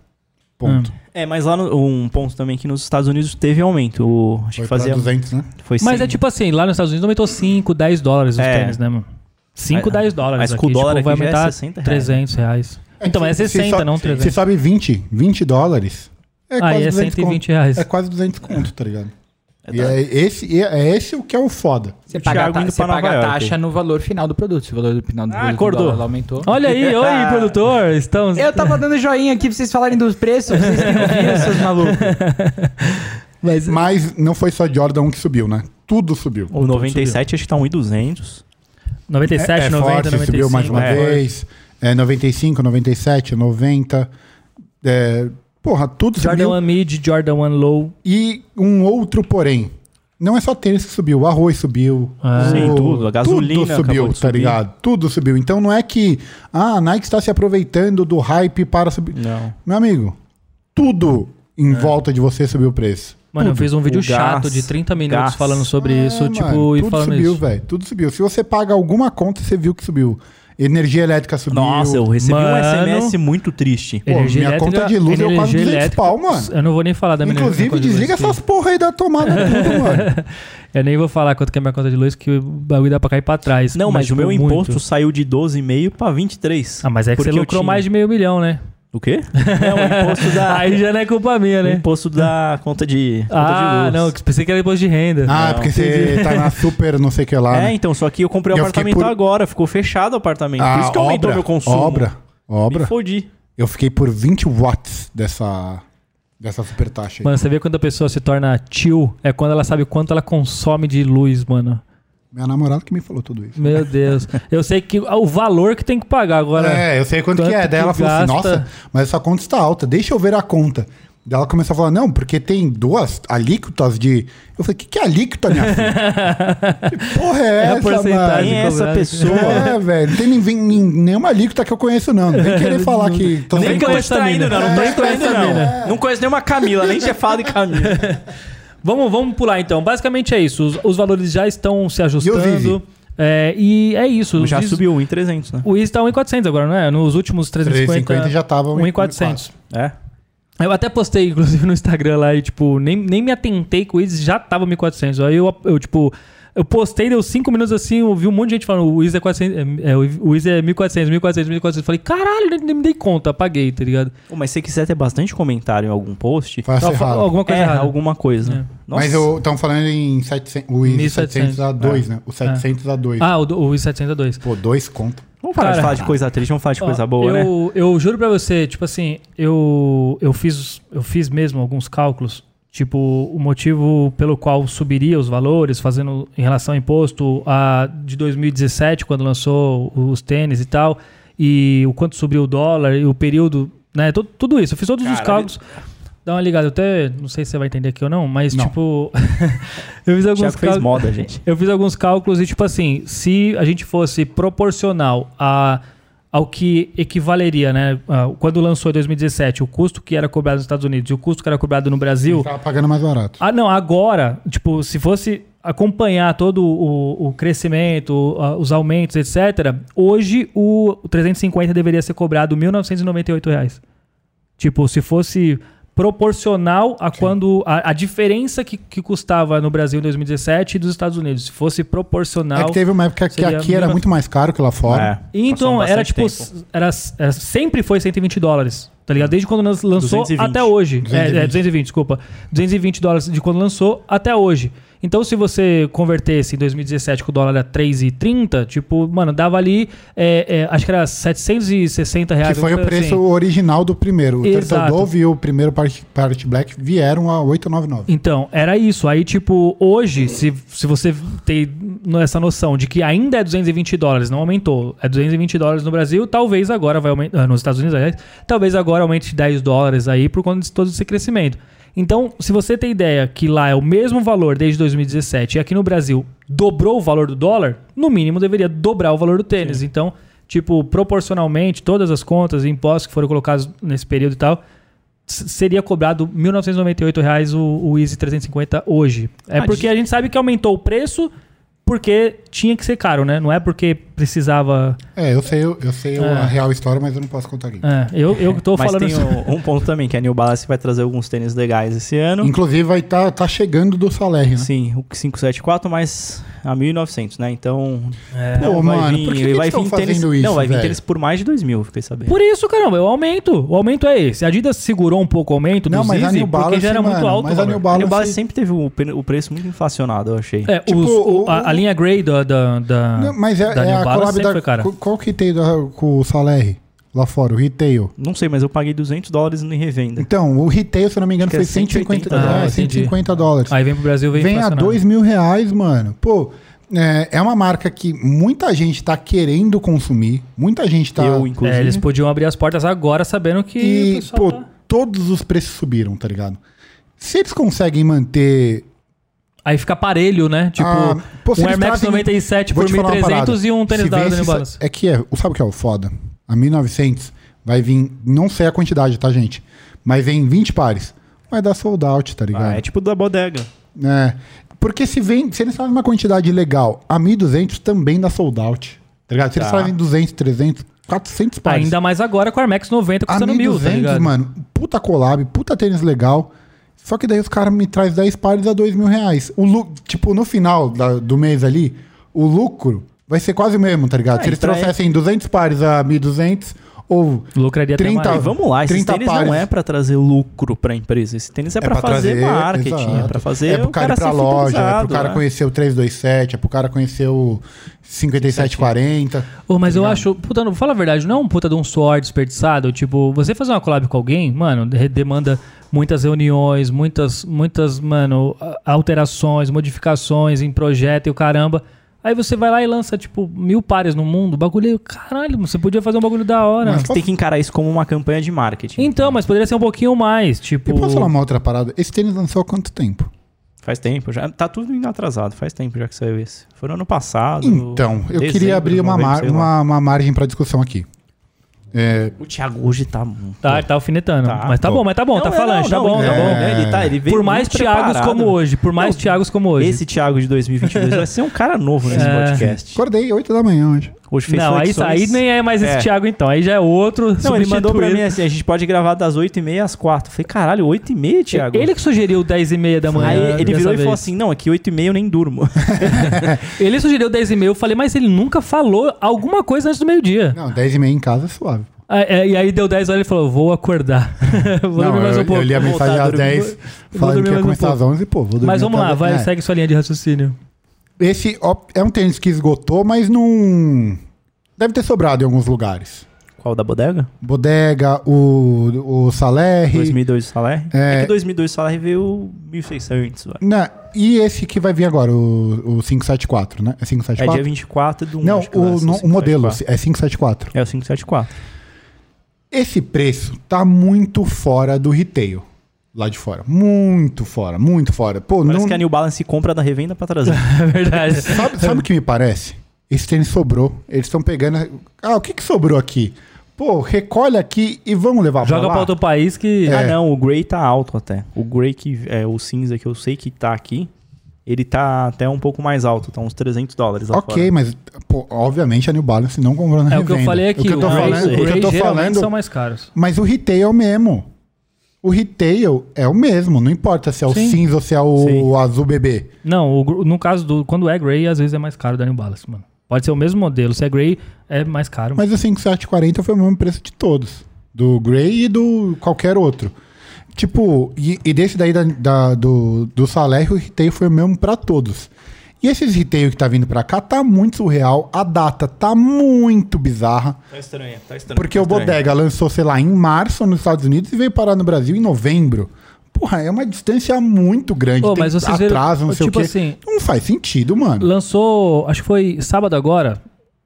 Ponto. Ah, É, mas lá no, um ponto também que nos Estados Unidos teve aumento. O, acho Foi que pra um- fazia. 200, né? Foi Mas 100. é tipo assim, lá nos Estados Unidos aumentou 5, 10 dólares os É. tênis, né, mano? 5, Mas- 10 dólares. mas aqui, com o dólar tipo, vai aqui já é aumentar 60 reais. 300 reais. Então, é se- se 60, so- não Se 300. sobe 20, 20 dólares. É Aí é 200 conto. 120 reais. É quase 200 conto, tá ligado? E é esse, é esse o que é o foda. Você O paga, a Thiago ta- indo você pra Nova paga a York. taxa no valor final do produto. Se o valor do final do Ah, produto acordou. do dólar aumentou. Olha aí, É. oi, produtor. Estamos... Eu tava dando joinha aqui pra vocês falarem dos preços, vocês que ouviram, seus malucos. Mas... Mas não foi só Jordan 1 que subiu, né? Tudo subiu. é- O 97 acho que tá 1,200. 97, é, é 90, forte, 95. subiu mais uma é. vez. É, 95, 97, 90. É, porra, tudo Jordan subiu. 1 mid, Jordan 1 low. E um outro porém. Não é só tênis que subiu, o arroz subiu. Ah. o- Sim, tudo, a gasolina Tudo acabou subiu, de tá subir. ligado? Tudo subiu. Então não é que ah, a Nike está se aproveitando do hype para subir. Não. Meu amigo, tudo em volta de você subiu o preço. Mano, eu fiz um vídeo O chato gás, de 30 minutos gás. falando sobre isso, É, tipo, mano, e tudo falando subiu, isso. velho. Tudo subiu. Se você paga alguma conta, você viu que subiu. Energia elétrica subiu. Nossa, eu recebi Mano. um SMS muito triste. Pô, minha conta de luz deu energia quase 200 elétrica- pau, mano. Eu não vou nem falar da minha Inclusive, conta de luz, desliga que- essas porra aí da tomada tudo, mano. Eu nem vou falar quanto que é minha conta de luz, que o bagulho dá pra cair pra trás. Não, mas, o tipo, meu muito. imposto saiu de 12,5 pra 23. Ah, mas é que Porque você eu lucrou tinha- mais de meio milhão, né? O quê? É, o imposto da... Aí já não é culpa minha, o né? imposto da conta de, conta Ah, de não, luz. que pensei que era imposto de renda. Ah, porque você tá na super não sei o que lá. É, né? então, só que eu comprei o Eu fiquei apartamento por- agora, ficou fechado o apartamento. Ah, por isso que aumentou obra, meu consumo. Obra, Me obra. fodi. Eu fiquei por 20 watts dessa, dessa super taxa aí. Mano, você vê quando a pessoa se torna tio, é quando ela sabe quanto ela consome de luz, mano. Minha namorada que me falou tudo isso. Meu Deus. Eu sei que o valor que tem que pagar agora. É, eu sei quanto, Quanto que é. Daí que ela falou assim, gasta? nossa, mas essa conta está alta, deixa eu ver a conta. Daí ela começou a falar, não, porque tem duas alíquotas de... Eu falei, o que, que é alíquota, minha filha? que porra é, a essa, porcentagem. Quem mano? é essa cobrado. pessoa? É, velho, não tem nem, nem- nenhuma alíquota que eu conheço, não. Nem querer falar que... tô Nem sem- que eu- conheço essa mina. É, extraindo, conheço essa mina. não. Não conheço nenhuma Camila, nem tinha falado de Camila. Vamos, vamos pular então. Basicamente é isso. Os, os valores já estão se Easy? ajustando. É, E, é isso. Já Diz- subiu 1,300, né? O Easy tá 1,400 agora, não é? Nos últimos 350. 350 já tava 1,400. É. Eu até postei, inclusive, no Instagram lá e, tipo, nem, nem me atentei com eles, já tava 1.400. Aí eu, eu, tipo, eu postei, deu 5 minutos assim, eu vi um monte de gente falando, o Isa é, 400, é, é, o Isa é 1.400, 1.400, 1.400. Eu Falei, caralho, nem, nem me dei conta, apaguei, tá ligado? Pô, mas se você quiser ter bastante comentário em algum post, Vai ser Tava fa- errado. alguma coisa é, errada. alguma coisa. Nossa. Mas estão falando em 700, o Easy 1700, 700 a 2, né? O 700 a 2. É. Ah, o, do- o Isa 702. Pô, 2 conto. Vamos parar Cara. de falar de coisa triste, vamos falar de Ó, coisa boa, né? eu, Eu juro pra você, tipo assim, eu, eu, fiz, eu fiz mesmo alguns cálculos, tipo, o motivo pelo qual subiria os valores, fazendo em relação ao imposto a, de 2017, quando lançou os tênis e tal, e o quanto subiu o dólar, e o período, né? tu- tudo isso, eu fiz todos os Cara, cálculos. Dá uma ligada, eu até não sei se você vai entender aqui ou não, mas Não. tipo. eu fiz O alguns Thiago fez cálculos. moda, gente. Eu fiz alguns cálculos e, tipo assim, se a gente fosse proporcional a, ao que equivaleria, né? a- Quando lançou em 2017, o custo que era cobrado nos Estados Unidos e o custo que era cobrado no Brasil. Tava Tá pagando mais barato. Ah, não, agora, tipo, se fosse acompanhar todo o, o crescimento, o- a- os aumentos, etc., hoje o 350 deveria ser cobrado R$ 1.998. reais. Tipo, se fosse proporcional a quando a, a diferença que, que custava no Brasil em 2017 e dos Estados Unidos, se fosse proporcional. É que teve uma época que Seria aqui era mil- muito mais caro que lá fora. É, Então, passou era bastante tipo. tempo. s- Era, era- sempre foi 120 dólares, tá ligado? Desde quando lan- lançou 220. até hoje. É, é, 220. 220, desculpa. 220 dólares de quando lançou até hoje. Então, se você convertesse em 2017 que o dólar era 3,30, tipo, mano, dava ali. é, é, acho que era 760 reais. Que foi o alguma coisa preço assim. original do primeiro. O Exato. Turtle Dove e o primeiro Pirate Pirate Black vieram a 899. Então, era isso. Aí, tipo, hoje, se, se você tem no- essa noção de que ainda é 220 dólares, não aumentou, é 220 dólares no Brasil, talvez agora vai aumentar, ah, nos Estados Unidos, aliás, talvez agora aumente 10 dólares aí por conta de todo esse crescimento. Então, se você tem ideia que lá é o mesmo valor desde 2017 e aqui no Brasil dobrou o valor do dólar, no mínimo deveria dobrar o valor do tênis. Então, tipo, proporcionalmente, todas as contas e impostos que foram colocados nesse período e tal, s- seria cobrado R$ 1.998 reais o, o Easy 350 hoje. É Ah, porque de- a gente sabe que aumentou o preço porque tinha que ser caro, né? Não é porque precisava. É, eu sei, eu, eu sei É. a real história, mas eu não posso contar aqui. É, eu, eu tô Mas falando tem isso. um, um ponto também, que a New Balance vai trazer alguns tênis legais esse ano. Inclusive, vai tá, tá chegando do Saler, né? Sim, o 574 mais a 1.900, né? Então... É. Pô, mano, por que que vai eles tão vir tênis, fazendo isso, Não, vai vir velho? tênis por mais de 2 mil, fiquei sabendo. Por isso, caramba, o aumento. O aumento é esse. A Adidas segurou um pouco o aumento Não, dos mas a Yeezy New porque Balance, já era mano, muito alto. o mas a valor. New A New Balance Balance sempre teve o, pre- o preço muito inflacionado, eu achei. É, Tipo, os- o- a, o- a linha Grey da, da, da- Não, mas é, da é New a Balance collab sempre da... foi cara. Qual- Qual que tem da- com o Saler lá fora? O Retail. Não sei, mas eu paguei 200 dólares em revenda. Então, o Retail, se eu não me engano, Acho que foi é 180 150, dólares. é, Ah, 150 dólares. Aí vem pro Brasil, vem, Vem a inflacionado. dois mil reais, mano. Pô, é, é uma marca que muita gente tá querendo consumir. Muita gente tá. Eu, inclusive. É, eles podiam abrir as portas agora sabendo que o e, pessoal pô, tá- todos os preços subiram, tá ligado? Se eles conseguem manter Aí fica parelho, né? Tipo, Ah, pô, se um eles Air Max trazem- 97 Vou por te falar uma 1.300 parada. e um tênis Se da vem New esses- Balance. É que é, sabe o que é o foda? A 1900 vai vir, não sei a quantidade, tá, gente? Mas em 20 pares. Vai dar sold out, tá ligado? Ah, é tipo da bodega. É. Porque se, vem, se eles fazem uma quantidade legal, a 1200 também dá sold out. Tá ligado? Se eles Tá. fazem 200, 300, 400 pares. Tá, Ainda mais agora com o Air Max 90 a custando mil, tá 1200, ligado? mano, puta collab, puta tênis legal. Só que daí os caras me traz 10 pares a 2 mil reais. O lu- tipo, no final da- do mês ali, o lucro vai ser quase o mesmo, tá ligado? Ah, Se eles então é- trouxessem 200 pares a 1.200 ou... Lucraria até 30 E mais. vamos lá, esse 30 tênis não pares. é pra trazer lucro pra empresa. Esse tênis é, pra, pra fazer trazer, marketing, é exato. pra fazer É pro o cara, cara ir pra ser loja, é pro fidelizado, cara né? conhecer o 327, é pro cara conhecer o 5740. Ô, mas eu acho, puta, não, fala a verdade, não é um puta de um suor desperdiçado? Tipo, você fazer uma collab com alguém, mano, de- demanda muitas reuniões, muitas, muitas, mano, a- alterações, modificações em projeto e o caramba. Aí você vai lá e lança, tipo, mil pares no mundo, bagulho, caralho, você podia fazer um bagulho da hora. Mas né? tem que encarar isso como uma campanha de marketing. Então, mas poderia ser um pouquinho mais, tipo... E posso falar uma outra parada? Esse tênis lançou há quanto tempo? Faz tempo, já tá tudo indo atrasado, faz tempo já que saiu esse. Foi no ano passado. Então, eu dezembro, queria abrir uma, novembro, mar- sei lá. uma, uma margem pra discussão aqui. É, O Thiago hoje tá. Tá, ele tá alfinetando. Tá. mas tá bom, mas tá bom, tá falante, tá bom, tá bom. É. Ele tá, ele veio Por mais muito Thiagos preparado. como hoje, por mais Não, Thiagos como hoje. Esse Thiago de 2022 vai ser um cara novo nesse É. podcast. acordei 8 da manhã hoje. Hoje fez Não, aí, flexões. aí nem é mais esse É. Thiago então, aí já é outro Não, ele mandou pra substituído. mim assim: a gente pode gravar das 8h30 às 4 Falei, caralho, 8h30, Thiago? Ele que sugeriu 10 e meia da manhã. Aí ele dessa virou e falou vez. assim: não, aqui 8h30 eu nem durmo. Ele sugeriu 10 e meia, eu falei, mas ele nunca falou alguma coisa antes do meio-dia. Não, 10 e meia em casa é suave. Ah, é, E aí deu 10 horas e ele falou, vou acordar. vou não, dormir mais eu, um pouco. eu li a Vou mensagem voltar a às dormir. 10, vou falando dormir que ia mais um começar às 11 e pô, vou dormir Mas vamos até lá, as- vai, é. segue sua linha de raciocínio. Esse ó, é um tênis que esgotou, mas não... Deve ter sobrado em alguns lugares. Qual da bodega? Bodega, o, o Salerri... 2002 do Saler? É, É. que 2002 do Saler veio 1600, velho. Né, e esse que vai vir agora, o, o 574, né? É É 574? dia 24 um, do 1. Não, acho que o, lança no- o modelo É é 574. o 574. Esse preço tá muito fora do retail. Lá de fora. Muito fora, muito fora. Pô, Parece não, que a New Balance compra da revenda pra trazer. É verdade. sabe, sabe o que me parece? Esse tênis sobrou. Eles estão pegando. Ah, o que, que sobrou aqui? Pô, recolhe aqui e vamos levar Joga pra lá. pra outro país que... É. Ah, não, o Grey tá alto até. O Grey, que é o cinza que eu sei que tá aqui, ele tá até um pouco mais alto, tá uns 300 dólares lá Ok, mas pô, obviamente a New Balance não comprou na É o que revenda. eu falei aqui. O que eu tô Grey- falando, o que Grey eu tô geralmente falando- são mais caros. Mas o retail é o mesmo. O retail é o mesmo. Não importa se é o Sim. cinza ou se é Sim. o azul bebê. Não, o gr- no caso do... Quando é Grey, às vezes é mais caro da New Balance, mano. Pode ser o mesmo modelo. Se é Grey, é mais caro. Mas o 5740 foi o mesmo preço de todos. Do Grey e do qualquer outro. Tipo, e, e desse daí da- da- do, do Saler, o retail foi o mesmo pra todos. E esses retail que tá vindo pra cá tá muito surreal. A data tá muito bizarra. Tá estranho, tá estranho. Porque o Bodega lançou, sei lá, em março nos Estados Unidos e veio parar no Brasil em novembro. Porra, é uma distância muito grande. Ô, Tem mas vocês viram- atraso, não sei tipo o quê. assim- não faz sentido, mano. Lançou, acho que foi sábado agora.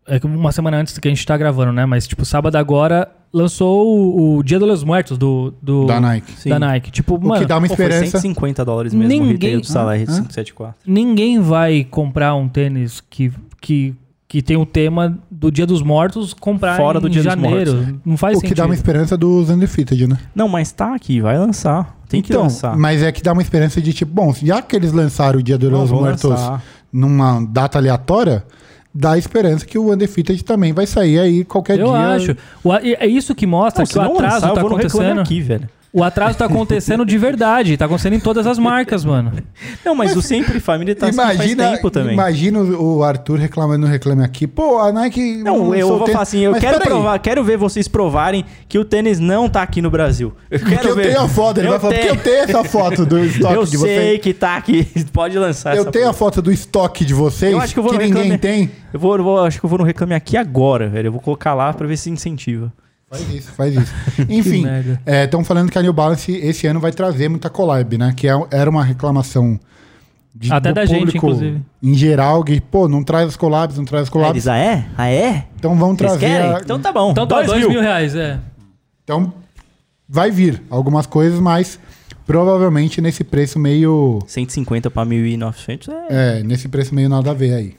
É que uma semana antes que a gente tá gravando, né? Mas, tipo, sábado agora lançou o, o Dia dos Mortos do, do- Da Nike. Da Nike. Tipo, O mano, que dá uma Pô, foi esperança. 150 dólares mesmo o Ninguém- retail do Saler 574. ninguém vai comprar um tênis que, que, que tem o tema do Dia dos Mortos comprar Fora em do Dia dos janeiro. Não faz O que sentido. dá uma esperança dos Undefeated, né? Não, mas tá aqui, vai lançar. Tem que então, lançar. Mas é que dá uma esperança de tipo, bom, já que eles lançaram o Dia dos Não, vou Mortos lançar. numa data aleatória, dá a esperança que o Undefeated também vai sair aí qualquer Eu dia. acho. O a- e- é isso que mostra Não, que o atraso lançar, tá eu vou no Reclame acontecendo. aqui, velho. O atraso tá acontecendo de verdade. Tá acontecendo em todas as marcas, mano. Não, mas o Sempre Família tá assim Imagina, faz tempo também. imagina o o Arthur reclamando no Reclame Aqui. Pô, a Nike. Não, eu lançou vou tênis- falar assim, eu um Mas quero peraí, provar, quero ver vocês provarem que o tênis não tá aqui no Brasil. Eu quero Porque eu ver. tenho a foto, ele Eu vai falar, porque eu tenho. tenho essa foto do estoque Eu de sei vocês. que tá aqui, pode lançar Eu essa tenho a porra. foto do estoque de vocês Eu acho que eu vou no ninguém Reclame- tem. Eu vou, eu vou- acho que eu vou no Reclame Aqui agora, velho. Eu vou colocar lá pra ver se incentiva. Faz isso, faz isso. Enfim, merda. estão falando que a New Balance esse ano vai trazer muita collab, né? Que é- era uma reclamação de, Até da gente, inclusive. Em geral, que, pô, não traz as collabs, não traz as Aí collabs. eles, ah é? Ah é? então vão Vocês trazer. querem? a- Então tá bom. Então tá, Dois dois mil reais, é. então vai vir algumas coisas, mas Provavelmente nesse preço meio. 150 pra 1.900 é... É, nesse preço meio nada a ver aí.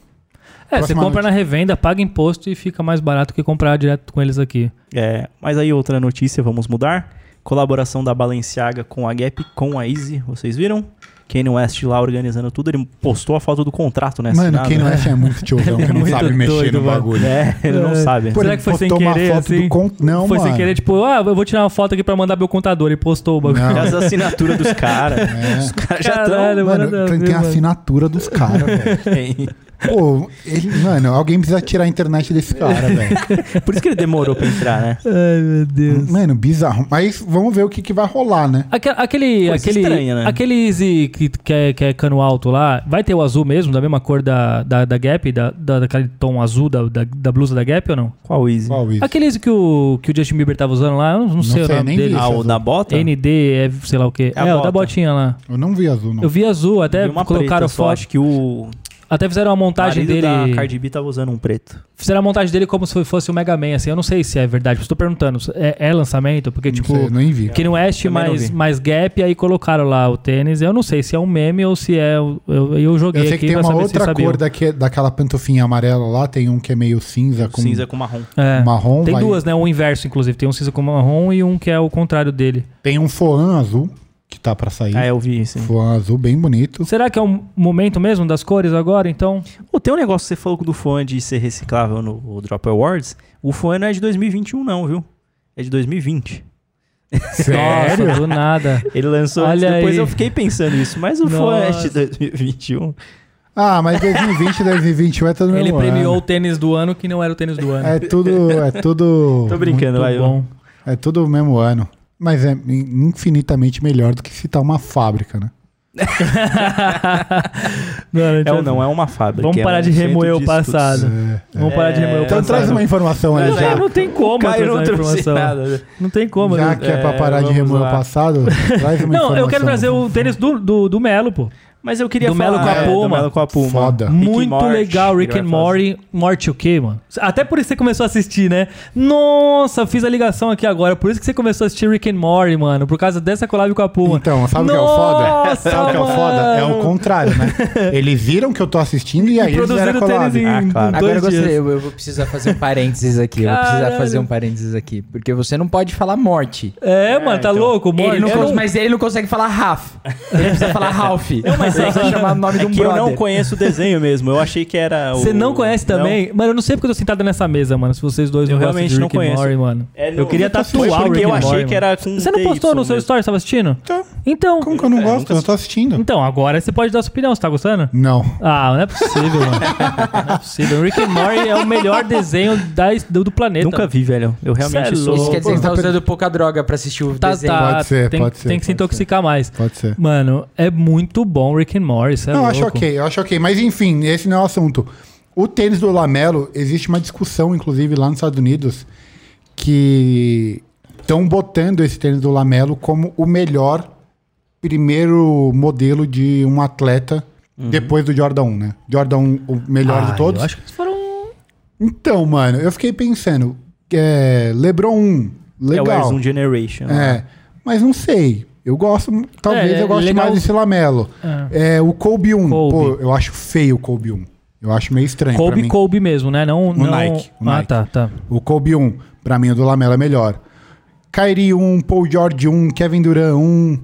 É, você compra na revenda, paga imposto e fica mais barato que comprar direto com eles aqui. é. Mas aí outra notícia, vamos mudar. Colaboração da Balenciaga com a Gap, com a Easy, vocês viram? Kanye West lá organizando tudo, ele postou a foto do contrato, né? Mano, assinado, quem não né? é é muito tiozão, Ele é que não muito sabe mexer doido, no mano. bagulho. É, ele não sabe. Será que foi sem postou uma querer, foto assim? do con... Não, Foi mano. sem querer, tipo, ah, eu vou tirar uma foto aqui pra mandar meu contador e postou o bagulho. Não. É as assinaturas dos caras. É. Os caras já estão. Caralho, Mano, mano, tem, tem a mano. assinatura dos caras, velho. Pô, ele- mano, alguém precisa tirar a internet desse cara, velho. Por isso que ele demorou pra entrar, né? Ai, meu Deus. Mano, bizarro. Mas vamos ver o que, que vai rolar, né? Aque- Aquele, Coisa aquele, estranha, né? aquele Easy que, que, é, que é cano alto lá, vai ter o azul mesmo, da mesma cor da, da, da Gap, da, da, daquele tom azul da, da, da blusa da Gap ou não? Qual Easy? Qual isso? Aquele Easy que o, que o Justin Bieber tava usando lá, eu não, não sei, sei, o nome nem dele. vi. tá. Ah, o da bota? ND, é, sei lá o quê. É a É, o da bota. botinha lá. Eu não vi azul, não. Eu vi azul, até Vi uma colocaram preta só, foto. Acho que o Até fizeram a montagem marido da dele. Cardi B tava usando um preto. Fizeram a montagem dele como se fosse o Mega Man, assim. Eu não sei se é verdade, estou perguntando. É, é lançamento? Porque, não tipo, sei, nem vi. Kanye West Também não mais, vi. mais Gap, aí colocaram lá o tênis. Eu não sei se é um meme ou se é. o- Eu, eu joguei Eu sei aqui que tem pra uma saber se vocês outra sabiam. cor daque- daquela pantufinha amarela lá, tem um que é meio cinza com Cinza com marrom. É. marrom. Tem vai- duas, né? Um inverso, inclusive. Tem um cinza com marrom e um que é o contrário dele. Tem um foan azul que tá pra sair. Ah, é eu vi isso. Foan azul bem bonito. Será que é um momento mesmo das cores agora, então? Pô, tem um negócio que você falou do fone de ser reciclável no Drop Awards. O fone não é de 2021, não, viu? É de 2020. Nossa, do nada. Ele lançou Olha antes, depois aí. eu fiquei pensando isso, mas o fone é de Nossa. 2021. Ah, mas 2020 e 2021 é todo Ele mesmo ano. premiou o tênis do ano que não era o tênis do ano. É tudo. É tudo. Tô brincando, Muito vai. eu- bom. É tudo o mesmo ano. Mas é infinitamente melhor do que citar uma fábrica, né? Não, a gente É ou vai- não, é uma fábrica. Vamos é parar um de centro remoer o disso tudo. passado. Vamos parar de remoer o É. Então passado. traz uma informação aí Mas É, já. não tem como Caio trazer não a trouxe informação. nada. Não tem como. já né? que é pra parar de vamos remoer lá. o passado, traz uma informação. Não, eu quero trazer o tênis do, do, do Melo, pô. Mas eu queria Do Melo falar com a é, Puma. do Melo com a Puma. Foda. Rick and Muito Morty, legal, Rick ele and vai fazer. Morty. Morty o quê, mano? Até por isso você começou a assistir, né? Nossa, fiz a ligação aqui agora. Por isso que você começou a assistir Rick and Morty, mano. Por causa dessa collab com a Puma. Então, sabe o que é o foda? Nossa, Sabe o que é o foda? É o mano. contrário, né? Eles viram que eu tô assistindo e aí eles Produziram fizeram o tênis collab. em, Ah, em dois claro. Agora eu, dias. gostaria- eu, eu vou precisar fazer um parênteses aqui. Eu vou precisar Caralho. fazer um parênteses aqui. Porque você não pode falar morte. É, mano, tá então. louco? Morty. Ele não Eu cons- não- Mas ele não consegue falar Raf. Ele precisa falar Ralph. Não, mas ele precisa chamar o nome de É um que eu brother. não conheço o desenho mesmo. Eu achei que era o... Você não conhece também? Mano, eu não sei porque eu tô sentado nessa mesa, mano. Se vocês dois Eu não gostam realmente de Rick não and conheço. Morty, mano. É, eu não- queria nunca foi tatuar o porque Rick eu and achei Morty, que era com Você não postou TY no seu mesmo. story, você tava assistindo? Tá. Então. Como que eu não gosto? Eu tô assistindo. Então, agora você pode dar sua opinião, você tá gostando? Não. Ah, não é possível, mano. Não é possível. Rick and Morty é o melhor desenho da, do, do planeta. Nunca vi, velho. Eu realmente Cê é sou... Isso quer dizer que Pô, você tá tá per- usando pouca droga pra assistir o Tá, desenho. tá, Pode ser, tem, pode ser, Tem que se pode intoxicar mais. Pode ser. Mano, é muito bom Rick and Morty, isso é não, eu louco. acho ok, eu acho ok. Mas enfim, esse não é o assunto. O tênis do Lamelo, existe uma discussão, inclusive, lá nos Estados Unidos, que estão botando esse tênis do Lamelo como o melhor primeiro modelo de um atleta depois do Jordan 1, né? Jordan 1, o melhor Uhum. Ah, de todos. Eu acho que eles foram... Então, mano, eu fiquei pensando, é, LeBron 1, É o Air legal. Zoom Generation. né? É, mas não sei. Eu gosto, talvez É, eu goste legal- mais desse Lamelo. É. o Kobe 1, Kobe. pô, eu acho feio o Kobe 1. Eu acho meio estranho pra Kobe, mim. Kobe mesmo, né? Não, não... Nike, o ah, Nike. tá, tá. O Kobe 1, pra mim o do Lamelo é melhor. Kyrie 1, Paul George 1, Kevin Durant 1.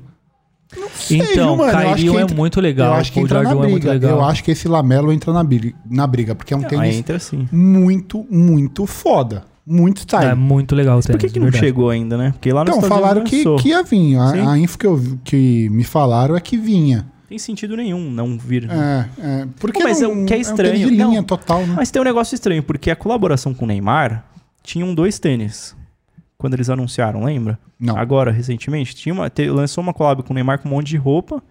Não sei, Então, viu, mano, eu acho Kyrie que é entra- muito legal, Eu acho que Paul entra na George 1 é muito briga. legal. Eu acho que esse Lamelo entra na briga, na briga porque é um Ah, tênis entra sim. muito, muito foda. Muito style. É muito legal o Por tênis, que, que não verdade. chegou ainda, né? Porque lá nos Então, Estados falaram Unidos que, lançou. que ia vir. Sim. A, a info que, eu vi- que me falaram é que vinha. Tem sentido nenhum não vir. É, é. Porque Pô, mas é um que é tênis estranho. de linha Não. total, né? Mas tem um negócio estranho, porque a colaboração com o Neymar tinham dois tênis. Quando eles anunciaram, lembra? Não. Agora, recentemente, tinha uma, te- lançou uma collab com o Neymar com um monte de roupa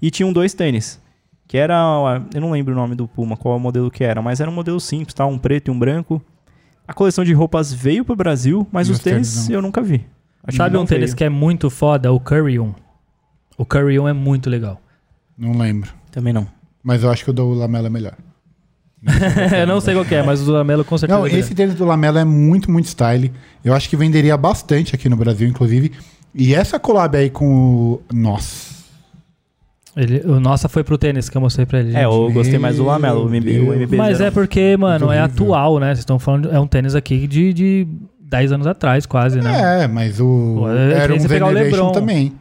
e tinham dois tênis. Que era. a- Eu não lembro o nome do Puma, qual é o modelo que era, mas era um modelo simples, tá? Um preto e um branco. A coleção de roupas veio pro Brasil, mas E os os tênis tênis, não. eu nunca vi. Acho Sabe que não um tênis veio. que é muito foda? O Curry 1. O Curry 1 é muito legal. Não lembro. é- Também não. Mas eu acho que o do Lamelo é melhor. eu não sei qual que é, mas o do Lamelo Tá com certeza Não, é melhor. esse tênis do Lamelo é muito, muito style. Eu acho que venderia bastante aqui no Brasil, inclusive. E essa collab aí com o. Nossa. Ele, o nossa foi pro tênis que eu mostrei pra ele. É, gente. eu gostei mais do Lamelo, o MB, o Meu MB Mas é porque, mano, é horrível. atual, né? Vocês estão falando. de- É um tênis aqui de, de 10 anos atrás, quase, né? É, mas o. Pô, é que Era nem um você pegar o Generation LeBron. também.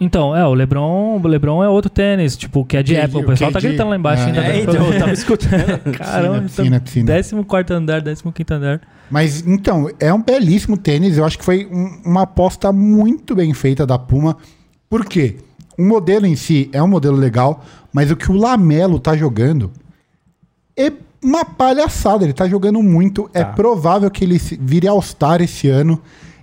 Então, é, o Lebron, o Lebron é outro tênis, tipo, que é de KD, Apple. O pessoal o tá KD. gritando lá embaixo É. ainda. É, então, eu tava escutando. Caramba, piscina, piscina. 14 andar, 15 andar. Mas então, é um belíssimo tênis. Eu acho que foi um- uma aposta muito bem feita da Puma. Por quê? O modelo em si é um modelo legal, mas o que o Lamelo tá jogando é uma palhaçada. Ele tá jogando muito. É Tá. provável que ele se- vire All-Star esse ano.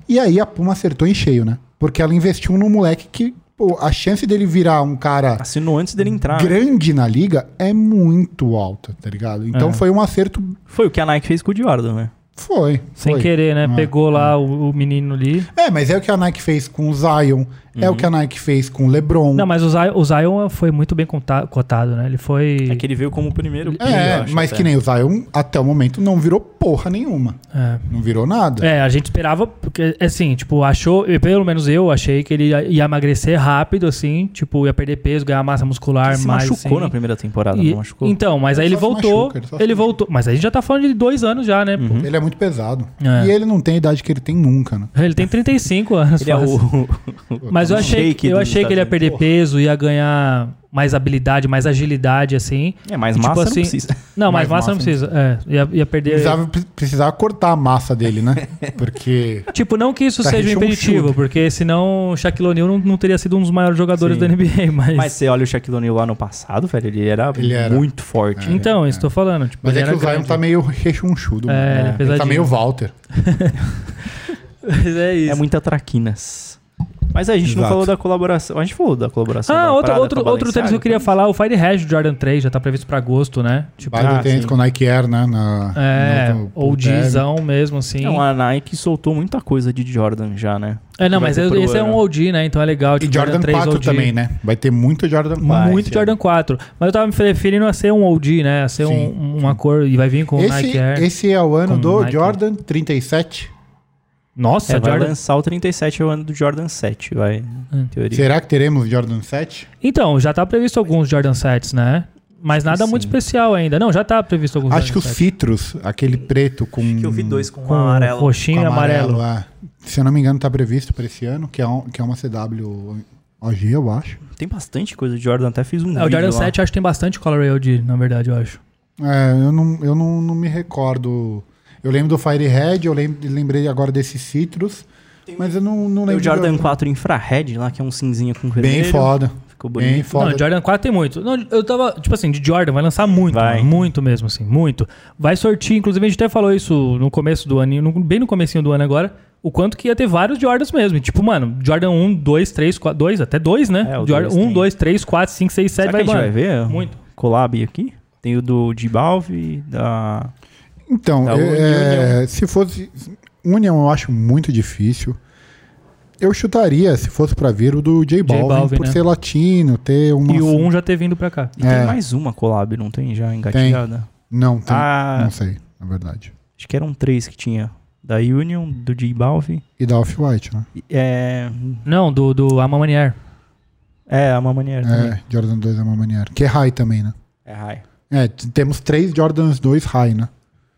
E aí a Puma acertou em cheio, né? Porque ela investiu num moleque que, pô, a chance dele virar um cara Assinou antes dele Ah. entrar. né? grande na liga é muito alta, tá ligado? Então É. foi um acerto. Foi o que a Nike fez com o Jordan, né? Foi. Sem foi. querer, né? Ah, Pegou lá o, o menino ali. É, mas é o que a Nike fez com o Zion, é o que a Nike fez com o LeBron. Uhum. Não, mas o Zion, o Zion foi muito bem conta- cotado, né? Ele foi. É que ele veio como o primeiro. é, mas que nem o Zion, até o momento, não virou porra nenhuma. É. Não virou nada. É, a gente esperava, porque assim, tipo, achou, e pelo menos eu achei que ele ia- ia emagrecer rápido, assim, tipo, ia perder peso, ganhar massa muscular, Ele se mais. machucou assim. na primeira temporada, E- não machucou? Então, mas aí Ele ele só se voltou. machuca, ele ele só se machuca. voltou. Mas a gente já tá falando de dois anos já, né? pô? Uhum. Ele é muito pesado. É. E ele não tem a idade que ele tem nunca, né? Ele tem 35 anos. Ele é fácil. o... Mas eu o achei, shake que, eu dos achei que ele ia Estados perder Unidos. peso, ia ganhar mais habilidade, mais agilidade, assim. É, mas Tipo massa assim- não precisa. Não, mas Mais massa não massa, precisa. É, ia, ia perder. Precisava, pre- precisava cortar a massa dele, né? Porque. Tipo, não que isso Tá seja um rechonchudo. impeditivo, porque senão o Shaquille O'Neal não, não teria sido um dos maiores jogadores da Sim. NBA, mas... Mas você olha o Shaquille O'Neal lá no passado, velho, ele era, Ele era. É. muito forte. então, isso que eu tô falando. Tipo, Mas ele é que era o Zion grande. tá meio rechonchudo. É, mano. ele é ele tá pesadinho. meio Walter. Mas é isso. É muita traquinas. Mas a gente não Exato. falou da colaboração. A gente falou da colaboração. Ah, da outro, Prada outro, com a outro tênis que eu Balenciaga. queria falar, o Fire Red Jordan 3, já tá previsto pra agosto, né? Tipo, Vai ah, do tênis sim. com o Nike Air, né? Na, é, no- no- ou no tag. Dzão mesmo, assim. Não, a Nike soltou muita coisa de Jordan já, né? é, não, vai mas ter é- pro esse é ano. um OG, né? Então é legal. E tipo, Jordan 4 OG. também, né? Vai ter muito Jordan 4. Vai, Muito sim. Jordan 4. Mas eu tava me referindo a ser um OG, né? A ser Sim. um- uma cor e vai vir com o Nike Esse, Air. esse é o ano com do Nike. Jordan 37. Nossa, É, vai Jordan. É. lançar o 37 é o ano do Jordan 7, vai, em teoria. Será que teremos Jordan 7? Então, já tá previsto alguns Jordan 7s, né? Mas nada Sim. muito especial ainda. Não, já tá previsto alguns Acho que o Jordan 7s. Citrus, aquele preto com. Que eu vi dois com, um Com amarelo. roxinho com e amarelo. é. Se eu não me engano, tá previsto pra esse ano, que é, um- que é uma CW OG, eu acho. Tem bastante coisa de Jordan, até fiz um É, o vídeo Jordan lá. 7 acho que tem bastante Color OG, na verdade, eu acho. É, eu não, eu não, não me recordo. Eu lembro do Fire Red, eu lem- lembrei agora desse Citrus, mas eu não, não Tem lembro. o de Jordan outro. 4 infrared lá, que é um cinzinha com vermelho. Bem foda. Ficou Bem bonito. Não, foda. Jordan 4 tem muito. Não, eu tava, tipo assim, de Jordan vai lançar muito, Vai. mano, muito mesmo, assim, muito. Vai sortir, inclusive a gente até falou isso no começo do ano, no- bem no comecinho do ano agora, o quanto que ia ter vários Jordans mesmo. E, Tipo, mano, Jordan 1, 2, 3, 4, 2, até 2, né? É, o Jordan dois 1, tem. 2, 3, 4, 5, 6, 7, Será que a vai, mano. gente vai ver? um Muito. Collab aqui. Tem o do Dibalve, da... Então, Da eu- Uni- é, se fosse. Union eu acho muito difícil. Eu chutaria, se fosse pra vir, o do J Balvin, Balvin, por né? ser latino, ter uma. E o 1 já ter vindo pra cá. E É. tem mais uma collab, não tem já engatilhada? Não, tem, Ah, não sei, na verdade. acho que eram três que tinha. Da Union, do Dibalve. E da Off-White, né? e- É... Não, do, do Amamanier. É, a Mamanier também. É, Jordan 2 é uma maneira. Que é high também, né? É, raio. É, t- temos três Jordans 2 high, né?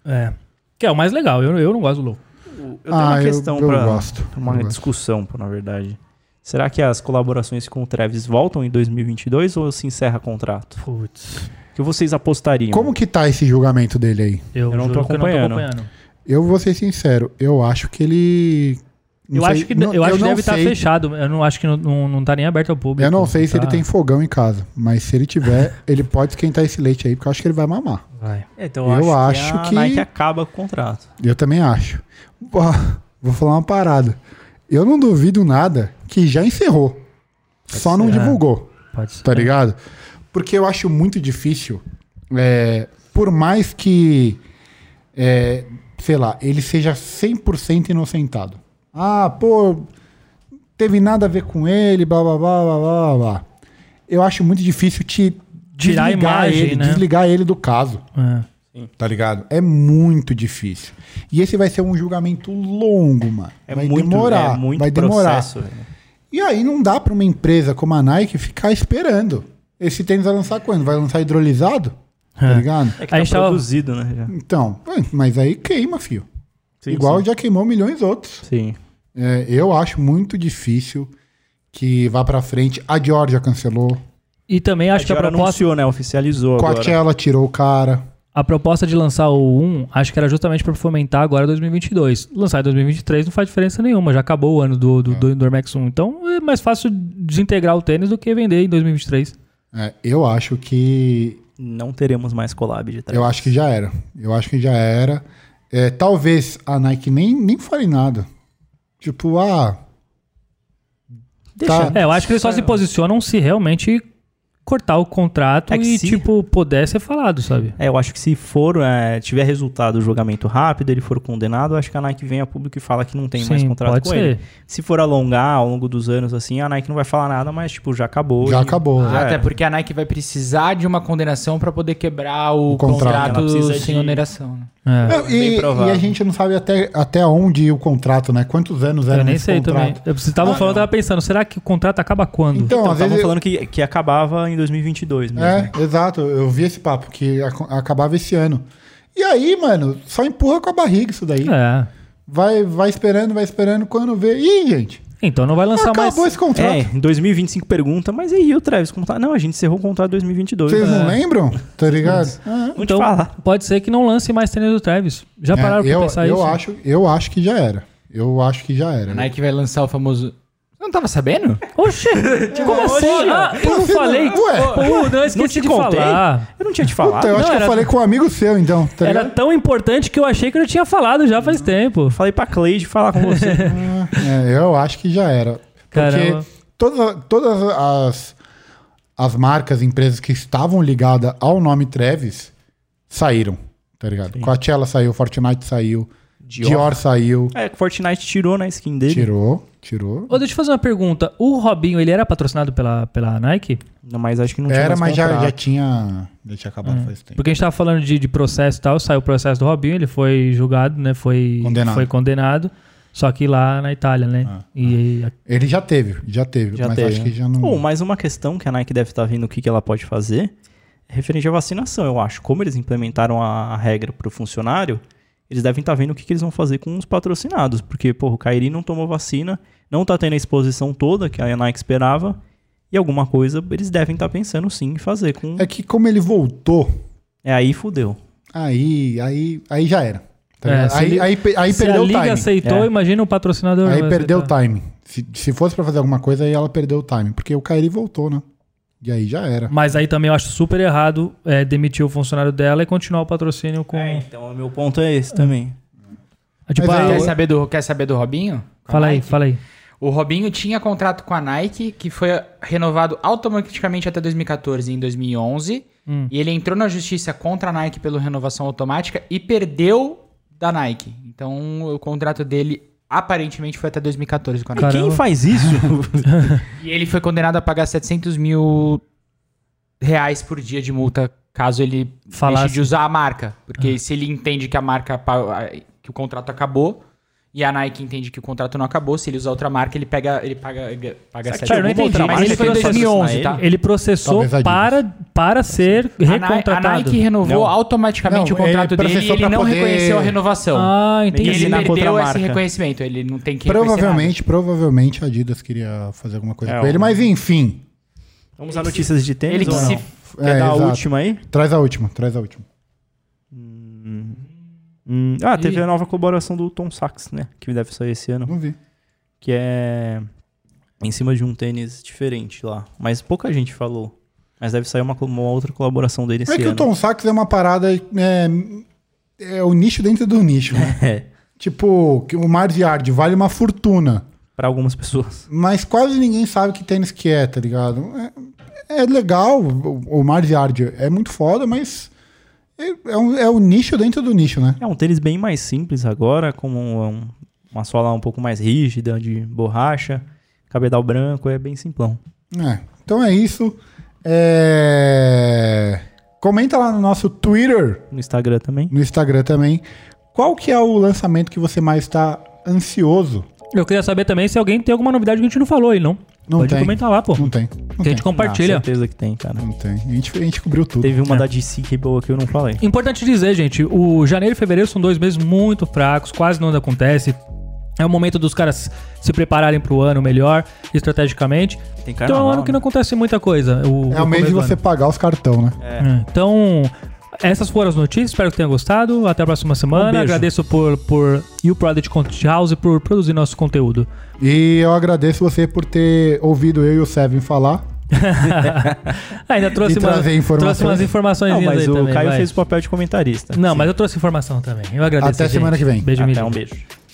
É. Que é o mais legal, eu, eu não gosto do louco. Eu tenho uma questão Ah, eu pra... gosto. uma eu gosto. discussão, pô, na verdade. Será que as colaborações com o Travis voltam em 2022 ou se encerra contrato? Putz, O que vocês apostariam? Como que tá esse julgamento dele aí? eu, Eu não tô juro que eu acompanhando. Eu vou ser sincero, eu acho que ele. não Eu sei- acho que, não- eu acho que não deve tá estar sei- fechado. Eu não acho que não, não, não tá nem aberto ao público. Eu não sei se Tá. ele tem fogão em casa, mas se ele tiver, ele pode esquentar esse leite aí, porque eu acho que ele vai mamar. Vai. É, então Eu acho a que- Nike acaba com o contrato. Eu também acho. Ó, Vou falar uma parada. Eu não duvido nada que já encerrou. só não ser. divulgou, Pode ser. É. tá ligado? Porque eu acho muito difícil. é, por mais que, é, sei lá, ele seja 100% inocentado. Ah, pô, teve nada a ver com ele, blá, blá, blá, blá, blá, blá, blá. Eu acho muito difícil te Tirar a desligar imagem, ele, né? desligar ele do caso. É. Tá ligado? É muito difícil. E esse vai ser um julgamento longo, mano. É vai muito, demorar. é muito vai demorar. processo. velho. E aí não dá pra uma empresa como a Nike ficar esperando. Esse tênis vai lançar quando? Vai lançar hidrolisado? Tá É. ligado? É que A tá gente tava- produzido, né? Já. Então, ué, mas aí queima, fio. Sim, Igual sim. já queimou milhões outros. Sim. É, eu acho muito difícil que vá pra frente. A Dior já cancelou. E também acho a que a Dior proposta, anunciou, né? Oficializou agora. Coachella tirou o cara. a proposta de lançar o 1, acho que era justamente pra fomentar agora 2022. Lançar em 2023 não faz diferença nenhuma, já acabou o ano do, do, Ah. do Air Max 1. Então é mais fácil desintegrar o tênis do que vender em 2023. É, eu acho que Não teremos mais collab de trás. Eu acho que já era. Eu acho que já era. É, talvez a Nike nem, nem fale nada. Tipo, ah, Tá. É, eu acho que eles só se posicionam se realmente cortar o contrato É que e, se- tipo, puder ser falado, sabe? É, eu acho que se for, é, tiver resultado o julgamento rápido, ele for condenado, eu acho que a Nike vem a público e fala que não tem mais Sim, contrato pode com ser. ele. Se for alongar ao longo dos anos, assim, a Nike não vai falar nada, mas, tipo, já acabou. já e- acabou. Ah, Até é. porque a Nike vai precisar de uma condenação pra poder quebrar o, O contrato. contrato, Ela precisa sem de- oneração. né? É. Não, bem e, provável. e a gente não sabe até, até onde ia o contrato, né? Quantos anos era Eu nem nesse sei contrato. também. Eu estava Ah, falando, eu não. tava pensando, será que o contrato acaba quando? Então, Então, às vezes... estavam eu- falando que, que acabava em 2022 mesmo. né? É, exato. Eu vi esse papo, que ac- acabava esse ano. E aí, mano, só empurra com a barriga isso daí. É. Vai, vai esperando, vai esperando, quando vê... Ih, gente, Então não vai lançar acabou mais. esse contrato. É, em 2025 pergunta, mas e aí o Travis contrato? Não, a gente encerrou o contrato em 2022. Vocês né? não lembram? Tá ligado? Ah. Vou Então, te falar. pode ser que não lance mais tênis do Travis. Já É, pararam eu, pra pensar eu isso? Acho, eu acho que já era. Eu acho que já era. A Nike vai lançar o famoso. Você não tava sabendo? Oxê! como assim? Ah, eu não Você não- falei. Ué. Pô, não, eu esqueci te de contei? falar. Eu não tinha te Puta, falado. eu Eu acho Não, que era- É, eu falei com um amigo seu, então. Tá Era ligado? Hum. tão importante que eu achei que eu tinha falado já faz tempo. falei pra Cleide falar com você. É, eu acho que já era. Caramba. Porque todas, todas as, as marcas, empresas que estavam ligadas ao nome Travis saíram, tá ligado? Coachella saiu, Fortnite saiu, Dior, saiu. É, que o Fortnite tirou na skin dele. Tirou, tirou. Ô, deixa eu fazer uma pergunta. O Robinho, ele era patrocinado pela, pela Nike? Não, Mas acho que não tinha Era, mas mais já, já contrato. tinha. Já tinha É. acabado faz tempo. Porque a gente tava falando de, de processo e tal, saiu o processo do Robinho, ele foi julgado, né? Foi Condenado. Ah, Foi condenado. Só que lá na Itália, né? E aí, Ele já teve, já teve, Já mas teve, acho né? que já não. Bom, mais uma questão que a Nike deve estar vendo o que, que ela pode fazer é referente à vacinação, eu acho. Como eles implementaram a, a regra pro funcionário, eles devem estar vendo o que, que eles vão fazer com os patrocinados. Porque, porra, o Kairi não tomou vacina, não tá tendo a exposição toda que a Nike esperava. E alguma coisa eles devem estar pensando sim em fazer com. É que como ele voltou, É aí fudeu. aí, aí, aí já era. tá É, ligado? se aí, li- aí, pe- aí se a perdeu o liga time. aceitou, É. imagina o patrocinador. Aí aceitar. perdeu o tá- time. Se, se fosse pra fazer alguma coisa, aí ela perdeu o time. Porque o Kairi voltou, né? E aí já era. Mas aí também eu acho super errado é, demitir o funcionário dela e continuar o patrocínio com. É. então o meu ponto é esse também. Ah, tipo, Mas é ah, aí- o- Quer saber do, quer saber do Robinho? Com a Fala aí, Nike? fala aí. O Robinho tinha contrato com a Nike, que foi renovado automaticamente até 2014 e em 2011. Hum. E ele entrou na justiça contra a Nike pela renovação automática e perdeu da Nike. Então o contrato dele aparentemente foi até 2014 com a Nike. Caramba. Quem faz isso? E ele foi condenado a pagar 700 mil reais por dia de multa caso ele Falasse. deixe de usar a marca. Porque se ele entende que a marca pa- que o contrato acabou e a Nike entende que o contrato não acabou, se ele usar outra marca, ele pega ele paga paga Será que 700 tinha alguma outra Mas marca isso foi em que processou 2011, tá? Assim, ele? Ele processou Talvez é a Adidas. para, para ser A Ni- A recontratado. Nike renovou Não. automaticamente Não, o contrato ele dele e processou ele pra não poder- reconheceu a renovação. Ah, Tem e que entendi. ele assinar com outra perdeu esse marca. reconhecimento, ele não tem que reconhecer Provavelmente, provavelmente a Adidas queria fazer alguma coisa É, com ele. um- Mas enfim, Vamos a notícias de nada. tênis Ele que ou se não? Quer É, dar exato. a última aí? traz a última, traz a última. Hum, ah, teve Ih. a nova colaboração do Tom Sachs, né? Que deve sair esse ano. Não vi. Que é em cima de um tênis diferente lá. Mas pouca gente falou. Mas deve sair uma, co- uma outra colaboração dele esse É que ano. o Tom Sachs é uma parada. É, é o nicho dentro do nicho, né? É, tipo, que o Mars Yard vale uma fortuna. pra algumas pessoas. Mas quase ninguém sabe que tênis que é, tá ligado? É, é legal, o, o Mars Yard é muito foda, mas é, é um- é o nicho dentro do nicho, né? É um tênis bem mais simples agora, com um- um- uma sola um pouco mais rígida, de borracha, cabedal branco, é bem simplão. É, então é isso. É, Comenta lá no nosso Twitter, No Instagram também. no Instagram também, qual que é o lançamento que você mais está ansioso? Eu queria saber também se alguém tem alguma novidade que a gente não falou aí, não. Não Pode tem. comentar lá, pô. Não tem. Não que a tem. gente Ah, compartilha. certeza que tem, cara. Não tem. A gente, a gente cobriu tudo. Teve uma É. da DC que boa que eu não falei. Importante dizer, gente, o janeiro e fevereiro são dois meses muito fracos, quase nada acontece. É o momento dos caras se prepararem pro ano melhor, estrategicamente. Tem então é um ano que não né? acontece muita coisa. O, É o mês começo de do você ano. pagar os cartão, né? É. Então, essas foram as notícias. Espero que tenham gostado. Até a próxima semana. Um beijo. Agradeço por, por e o Product Content House por produzir nosso conteúdo. E eu agradeço você por ter ouvido eu e o Seven falar. Ah, Ainda trouxe, E umas, trazer informações. trouxe umas informações Não, mas aí o também. Caio vai. fez o papel de comentarista. Não, mas eu trouxe informação também. Eu agradeço. Até semana gente. que vem. Beijo, Até, Miriam. um beijo.